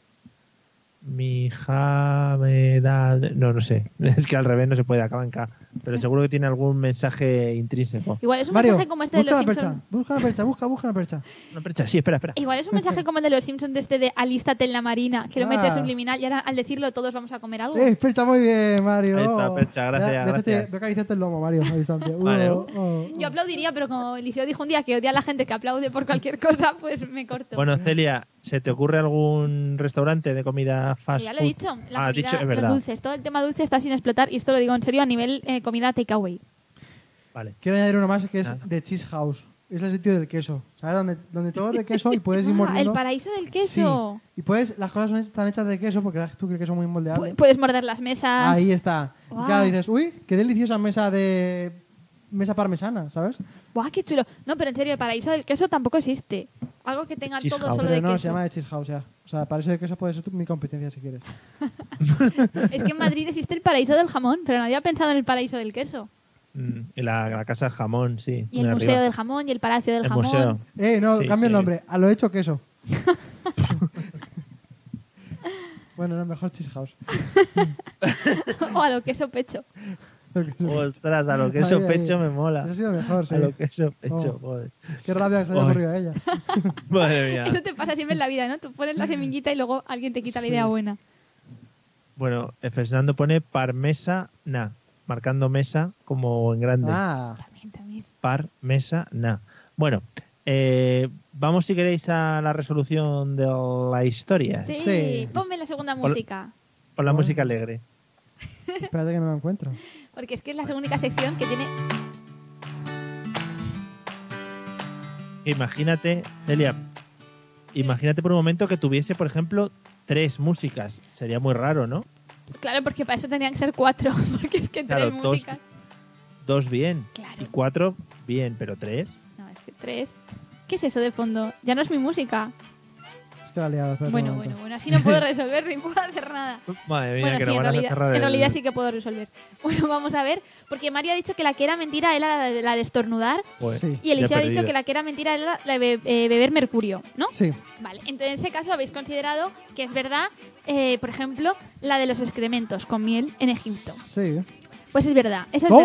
[SPEAKER 1] mi ja, me da- No, no sé. Es que al revés no se puede, acaba en K.
[SPEAKER 3] Ah,
[SPEAKER 1] Pero seguro que tiene algún mensaje intrínseco.
[SPEAKER 3] Igual es un
[SPEAKER 2] Mario,
[SPEAKER 3] mensaje como este de
[SPEAKER 2] busca
[SPEAKER 3] los
[SPEAKER 2] la
[SPEAKER 3] Simpsons.
[SPEAKER 2] percha, busca la percha, busca, busca la percha.
[SPEAKER 1] Una percha, sí, espera, espera.
[SPEAKER 3] Igual es un mensaje como el de los Simpsons de este de alístate en la marina, que lo
[SPEAKER 2] Ah.
[SPEAKER 3] metes subliminal y ahora al decirlo todos vamos a comer algo.
[SPEAKER 2] Eh, percha, muy bien, Mario. Oh.
[SPEAKER 1] Ahí está, percha, gracias,
[SPEAKER 2] Ve a- ve a hacerte-
[SPEAKER 1] gracias.
[SPEAKER 2] Ve a acariciarte el lomo, Mario, a distancia. Uh,
[SPEAKER 1] Vale.
[SPEAKER 2] oh, oh.
[SPEAKER 3] Yo aplaudiría, pero como Eliseo dijo un día que odia a la gente que aplaude por cualquier cosa, pues me corto.
[SPEAKER 1] Bueno, Celia, ¿se te ocurre algún restaurante de comida
[SPEAKER 3] Que
[SPEAKER 1] fast
[SPEAKER 3] ya lo he
[SPEAKER 1] food?
[SPEAKER 3] dicho, la
[SPEAKER 1] ah, has
[SPEAKER 3] comida,
[SPEAKER 1] dicho, es
[SPEAKER 3] los
[SPEAKER 1] verdad.
[SPEAKER 3] dulces, todo el tema dulce está sin explotar y esto lo digo en serio a nivel eh, comida takeaway.
[SPEAKER 1] Vale.
[SPEAKER 2] Quiero añadir uno más que es
[SPEAKER 1] Nada.
[SPEAKER 2] de Cheese House. Es el sitio del queso. ¿Sabes? Donde, donde todo es de queso y puedes ir
[SPEAKER 3] Ah, el
[SPEAKER 2] mordiendo.
[SPEAKER 3] paraíso del queso.
[SPEAKER 2] Sí. Y puedes, las cosas son- están hechas de queso porque tú crees que son muy moldeables.
[SPEAKER 3] Pu- Puedes morder Pues, las mesas.
[SPEAKER 2] Ahí está. Y
[SPEAKER 3] Guau.
[SPEAKER 2] claro, dices, uy, qué deliciosa mesa de. mesa parmesana, ¿sabes?
[SPEAKER 3] Buah, qué chulo. No, pero en serio, el paraíso del queso tampoco existe. Algo que tenga
[SPEAKER 1] Cheese
[SPEAKER 3] todo
[SPEAKER 1] house.
[SPEAKER 3] solo
[SPEAKER 2] Pero
[SPEAKER 3] de
[SPEAKER 2] no, se
[SPEAKER 3] queso.
[SPEAKER 2] llama de Cheese House ya. O sea, para eso de queso puede ser tu- mi competencia si quieres.
[SPEAKER 3] Es que en Madrid existe el paraíso del jamón, pero nadie ha pensado en el paraíso del queso.
[SPEAKER 1] Mm, y la, la casa del jamón, sí.
[SPEAKER 3] Y el
[SPEAKER 1] muy
[SPEAKER 3] museo
[SPEAKER 1] arriba.
[SPEAKER 3] del jamón y el palacio del
[SPEAKER 1] El
[SPEAKER 3] jamón.
[SPEAKER 1] museo.
[SPEAKER 2] Eh, no,
[SPEAKER 1] Sí,
[SPEAKER 2] cambia el
[SPEAKER 1] sí.
[SPEAKER 2] nombre. A lo hecho queso. bueno, no, mejor Cheese House.
[SPEAKER 3] o a lo queso pecho.
[SPEAKER 2] Lo queso.
[SPEAKER 1] Ostras, a lo que
[SPEAKER 2] Ahí,
[SPEAKER 1] eso
[SPEAKER 2] ahí.
[SPEAKER 1] pecho me mola.
[SPEAKER 2] Eso ha sido mejor, sí.
[SPEAKER 1] A lo que eso pecho,
[SPEAKER 2] Oh.
[SPEAKER 1] joder.
[SPEAKER 2] Qué rabia que se le haya
[SPEAKER 1] Ay.
[SPEAKER 2] ocurrido a ella.
[SPEAKER 1] Madre mía.
[SPEAKER 3] Eso te pasa siempre en la vida, ¿no? Tú pones la semillita y luego alguien te quita la idea buena.
[SPEAKER 1] Bueno, eh, Fernando pone parmesa na, marcando mesa como en grande.
[SPEAKER 2] Ah,
[SPEAKER 3] También, también.
[SPEAKER 1] Par, mesa, na. Bueno, eh, vamos si queréis a la resolución de la historia.
[SPEAKER 3] Sí,
[SPEAKER 2] Sí.
[SPEAKER 3] ponme la segunda
[SPEAKER 1] Hola.
[SPEAKER 3] música.
[SPEAKER 1] Por la música alegre.
[SPEAKER 2] espérate que no la encuentro.
[SPEAKER 3] Porque es que es la única sección que tiene.
[SPEAKER 1] Imagínate, Delia, imagínate por un momento que tuviese, por ejemplo, tres músicas. Sería muy raro, ¿no?
[SPEAKER 3] Claro, porque para eso tendrían que ser cuatro. Porque es que
[SPEAKER 1] Claro,
[SPEAKER 3] tres
[SPEAKER 1] dos-
[SPEAKER 3] músicas.
[SPEAKER 1] Dos bien.
[SPEAKER 3] Claro.
[SPEAKER 1] Y cuatro bien, pero tres.
[SPEAKER 3] No, es que tres. ¿Qué es eso de fondo? Ya no es mi música.
[SPEAKER 2] Es que la he liado, espérate
[SPEAKER 3] Bueno,
[SPEAKER 2] un
[SPEAKER 3] bueno,
[SPEAKER 2] momento.
[SPEAKER 3] bueno. Así no puedo resolver ni puedo hacer nada.
[SPEAKER 1] Madre mía,
[SPEAKER 3] Bueno,
[SPEAKER 1] que
[SPEAKER 3] sí,
[SPEAKER 1] nos
[SPEAKER 3] en
[SPEAKER 1] van a
[SPEAKER 3] realidad,
[SPEAKER 1] cerrar
[SPEAKER 3] en
[SPEAKER 1] el-
[SPEAKER 3] realidad sí que puedo resolver. Bueno, vamos a ver. Porque Mario ha dicho que la que era mentira era la de, la de estornudar.
[SPEAKER 1] Joder,
[SPEAKER 2] Sí.
[SPEAKER 3] Y Eliseo
[SPEAKER 1] ya
[SPEAKER 3] ha
[SPEAKER 1] he
[SPEAKER 3] dicho
[SPEAKER 1] perdido.
[SPEAKER 3] que la que era mentira era la de be- eh, beber mercurio, ¿no?
[SPEAKER 2] Sí,
[SPEAKER 3] Vale, entonces en ese caso habéis considerado que es verdad, eh, por ejemplo, la de los excrementos con miel en Egipto.
[SPEAKER 2] sí.
[SPEAKER 3] Pues es verdad, esa es
[SPEAKER 2] ¡Toma!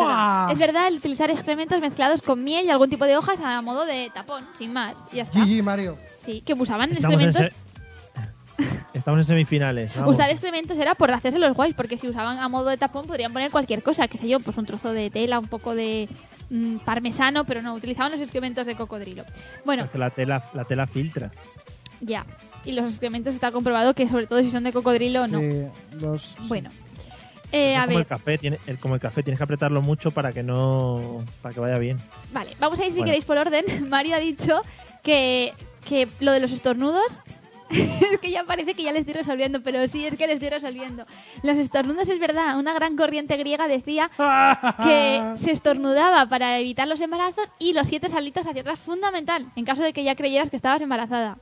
[SPEAKER 3] verdad. Es verdad el utilizar excrementos mezclados con miel y algún tipo de hojas a modo de tapón, sin más. Y ya está.
[SPEAKER 2] GG, Mario.
[SPEAKER 3] Sí, que usaban
[SPEAKER 1] Estamos en,
[SPEAKER 3] excrementos.
[SPEAKER 1] se- Estamos en semifinales. vamos.
[SPEAKER 3] Usar excrementos era por hacerse los guays, porque si usaban a modo de tapón podrían poner cualquier cosa, qué sé yo, pues un trozo de tela, un poco de mm, parmesano, pero no, utilizaban los excrementos de cocodrilo. Bueno,
[SPEAKER 1] Porque la tela, la tela filtra.
[SPEAKER 3] ya. Y los excrementos está comprobado que sobre todo si son de cocodrilo, no.
[SPEAKER 2] Sí, los...
[SPEAKER 3] Bueno.
[SPEAKER 1] Pues Eso
[SPEAKER 3] Eh,
[SPEAKER 1] es
[SPEAKER 3] a
[SPEAKER 1] como
[SPEAKER 3] ver,
[SPEAKER 1] el café, tiene, el- como el café, tienes que apretarlo mucho para que no, para que vaya bien.
[SPEAKER 3] vale, vamos a ir si
[SPEAKER 1] Bueno.
[SPEAKER 3] queréis por orden. Mario ha dicho que, que lo de los estornudos, es que ya parece que ya les estoy resolviendo, pero sí, es que les estoy resolviendo. Los estornudos es verdad, una gran corriente griega decía que se estornudaba para evitar los embarazos y los siete salitos hacia atrás, fundamental, en caso de que ya creyeras que estabas embarazada.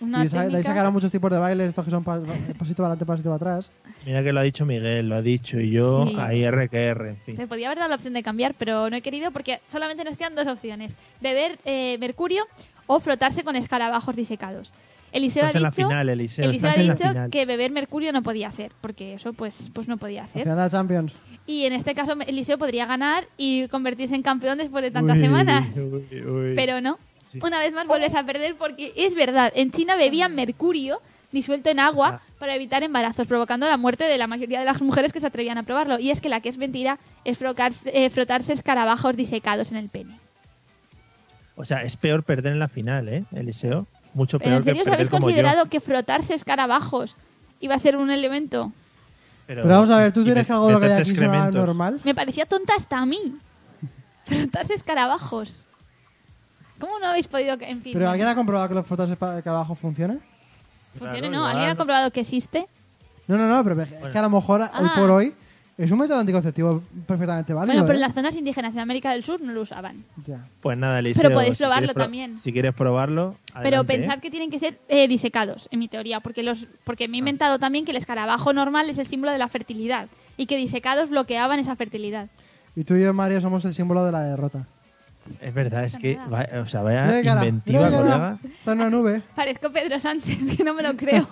[SPEAKER 3] Una
[SPEAKER 2] Y sa- de ahí
[SPEAKER 3] técnica-
[SPEAKER 2] sacarán muchos tipos de bailes, estos que son pa- pasito para adelante, pasito para atrás.
[SPEAKER 1] Mira que lo ha dicho Miguel, lo ha dicho y yo
[SPEAKER 3] Sí.
[SPEAKER 1] ahí R que R, en fin.
[SPEAKER 3] Me podía haber dado la opción de cambiar, pero no he querido porque solamente nos quedan dos opciones: beber eh, mercurio o frotarse con escarabajos disecados. Eliseo
[SPEAKER 1] Estás en
[SPEAKER 3] ha
[SPEAKER 1] la
[SPEAKER 3] dicho,
[SPEAKER 1] final, Eliseo,
[SPEAKER 3] Eliseo
[SPEAKER 1] estás en la
[SPEAKER 3] ha dicho
[SPEAKER 1] final.
[SPEAKER 3] que beber mercurio no podía ser, porque eso pues, pues no podía
[SPEAKER 2] Al
[SPEAKER 3] ser.
[SPEAKER 2] final de la Champions.
[SPEAKER 3] Y en este caso Eliseo podría ganar y convertirse en campeón después de tantas
[SPEAKER 1] Uy,
[SPEAKER 3] semanas.
[SPEAKER 1] uy, uy.
[SPEAKER 3] Pero no.
[SPEAKER 1] Sí.
[SPEAKER 3] Una vez más vuelves a perder porque es verdad, en China bebían mercurio disuelto en agua para evitar embarazos, provocando la muerte de la mayoría de las mujeres que se atrevían a probarlo. Y es que la que es mentira es frocarse- eh, frotarse escarabajos disecados en el pene.
[SPEAKER 1] O sea, es peor perder en la final, ¿eh, Eliseo? Mucho
[SPEAKER 3] Pero
[SPEAKER 1] peor
[SPEAKER 3] en serio,
[SPEAKER 1] que
[SPEAKER 3] ¿os
[SPEAKER 1] perder
[SPEAKER 3] habéis
[SPEAKER 1] como
[SPEAKER 3] considerado
[SPEAKER 1] yo.
[SPEAKER 3] que frotarse escarabajos iba a ser un elemento?
[SPEAKER 1] Pero,
[SPEAKER 2] Pero vamos a ver, ¿tú
[SPEAKER 1] y
[SPEAKER 2] crees
[SPEAKER 1] met-
[SPEAKER 2] que algo de lo que hay
[SPEAKER 1] meterse
[SPEAKER 2] aquí será
[SPEAKER 1] excrementos.
[SPEAKER 2] normal?
[SPEAKER 3] Me parecía tonta hasta a mí. Frotarse escarabajos. ¿Cómo no habéis podido que, en fin,
[SPEAKER 2] ¿Pero alguien ha comprobado que los fotos para abajo funcionan?
[SPEAKER 3] funcione?
[SPEAKER 1] Claro,
[SPEAKER 3] no,
[SPEAKER 1] igual,
[SPEAKER 3] ¿alguien ha
[SPEAKER 1] ¿no?
[SPEAKER 3] comprobado que existe?
[SPEAKER 2] No, no, no, pero es que a lo mejor hoy
[SPEAKER 3] Ah.
[SPEAKER 2] por hoy Es un método anticonceptivo perfectamente válido.
[SPEAKER 3] bueno, pero
[SPEAKER 2] ¿eh?
[SPEAKER 3] en las zonas indígenas en América del Sur no lo usaban.
[SPEAKER 2] Ya.
[SPEAKER 1] Pues nada, Eliseo.
[SPEAKER 3] Pero podéis
[SPEAKER 1] si quieres
[SPEAKER 3] probarlo
[SPEAKER 1] pro-
[SPEAKER 3] también.
[SPEAKER 1] Si quieres probarlo.
[SPEAKER 3] Pero
[SPEAKER 1] adelante, ¿eh?
[SPEAKER 3] pensad que tienen que ser eh, disecados, en mi teoría, porque los porque
[SPEAKER 1] Ah.
[SPEAKER 3] me he inventado también que el escarabajo normal es el símbolo de la fertilidad y que disecados bloqueaban esa fertilidad.
[SPEAKER 2] Y tú y yo, Mario, somos el símbolo de la derrota.
[SPEAKER 1] Es verdad, es que.
[SPEAKER 3] nada.
[SPEAKER 1] va- o sea, vaya
[SPEAKER 2] Mira qué cara,
[SPEAKER 1] inventiva,
[SPEAKER 2] mira qué cara.
[SPEAKER 1] colega.
[SPEAKER 2] Está en una nube.
[SPEAKER 3] Parezco Pedro Sánchez, que no me lo creo.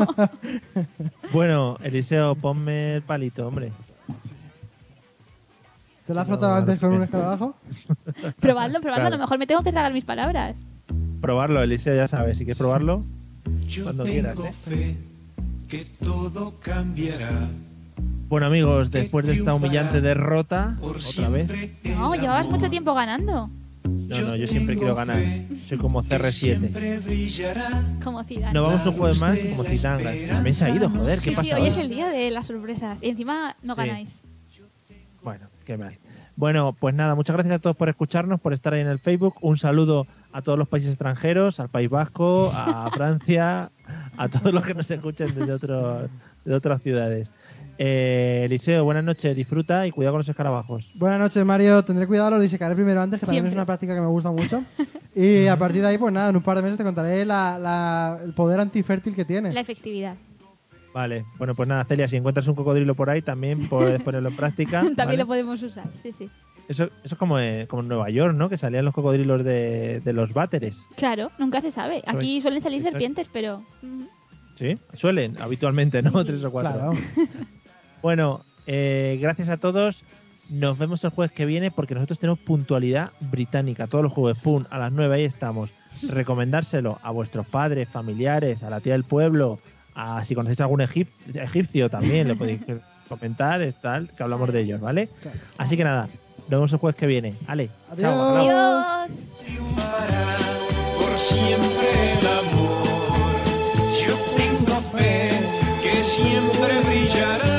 [SPEAKER 1] Bueno, Eliseo, ponme el palito, hombre.
[SPEAKER 2] ¿Te la has
[SPEAKER 1] Sí, no,
[SPEAKER 2] frotado antes con un
[SPEAKER 1] bien.
[SPEAKER 2] escarabajo?
[SPEAKER 3] probadlo, probadlo, a
[SPEAKER 1] Claro.
[SPEAKER 3] lo mejor me tengo que tragar mis palabras.
[SPEAKER 1] Probarlo, Eliseo, ya sabes. Si quieres probarlo,
[SPEAKER 5] Yo
[SPEAKER 1] Cuando
[SPEAKER 5] tengo
[SPEAKER 1] quieras, ¿eh?
[SPEAKER 5] fe que todo cambiará.
[SPEAKER 1] Bueno amigos, después de esta humillante derrota,
[SPEAKER 5] Por
[SPEAKER 1] otra
[SPEAKER 5] siempre
[SPEAKER 1] vez,
[SPEAKER 5] el
[SPEAKER 3] No, llevabas
[SPEAKER 5] amor
[SPEAKER 3] mucho tiempo ganando.
[SPEAKER 1] no, no, yo siempre quiero ganar, soy como
[SPEAKER 5] que
[SPEAKER 1] CR7.
[SPEAKER 5] siempre brillará.
[SPEAKER 3] Como Zidane.
[SPEAKER 1] No vamos un jueves más como Zidane, también se ha ido, joder, ¿qué
[SPEAKER 3] sí, sí,
[SPEAKER 1] pasa
[SPEAKER 3] hoy
[SPEAKER 1] ahora?
[SPEAKER 3] es el día de las sorpresas. Y encima no
[SPEAKER 1] Sí.
[SPEAKER 3] ganáis.
[SPEAKER 1] Bueno, qué mal. Bueno, pues nada, muchas gracias a todos por escucharnos, por estar ahí en el Facebook, un saludo a todos los países extranjeros, al País Vasco, a Francia, a todos los que nos escuchen desde otros, de otras ciudades. Eh, Eliseo, buenas noches, disfruta y cuidado con los escarabajos.
[SPEAKER 2] Buenas noches, Mario. Tendré cuidado, lo disecaré primero antes, que también
[SPEAKER 3] Siempre.
[SPEAKER 2] es una práctica que me gusta mucho. y a partir de ahí, pues nada, en un par de meses te contaré la- la- el poder antifértil que tiene.
[SPEAKER 3] La efectividad.
[SPEAKER 1] Vale, bueno, pues nada, Celia, si encuentras un cocodrilo por ahí, también puedes ponerlo en práctica.
[SPEAKER 3] También
[SPEAKER 1] Ah, ¿vale?
[SPEAKER 3] lo podemos usar. Sí, sí.
[SPEAKER 1] Eso, eso es como, eh, como en Nueva York, ¿no? Que salían los cocodrilos de, de los váteres.
[SPEAKER 3] Claro, nunca se sabe. Aquí
[SPEAKER 1] Sabéis.
[SPEAKER 3] suelen salir
[SPEAKER 1] Exacto.
[SPEAKER 3] serpientes, pero. mm,
[SPEAKER 1] ¿Sí? Suelen, habitualmente, ¿no? Tres o cuatro.
[SPEAKER 2] Claro.
[SPEAKER 1] Bueno, eh, gracias a todos. Nos vemos el jueves que viene porque nosotros tenemos puntualidad británica. Todos los jueves, pum, a las 9 ahí estamos. Recomendárselo a vuestros padres, familiares, a la tía del pueblo, a si conocéis algún egip- egipcio también, lo podéis comentar, es tal, que hablamos de ellos, ¿vale?
[SPEAKER 2] Claro.
[SPEAKER 1] Así que nada, nos vemos el jueves que viene. Ale, chao, hasta luego.
[SPEAKER 2] Adiós.
[SPEAKER 3] ¡Adiós!
[SPEAKER 5] triunfará por siempre el amor. Yo tengo fe que siempre brillará.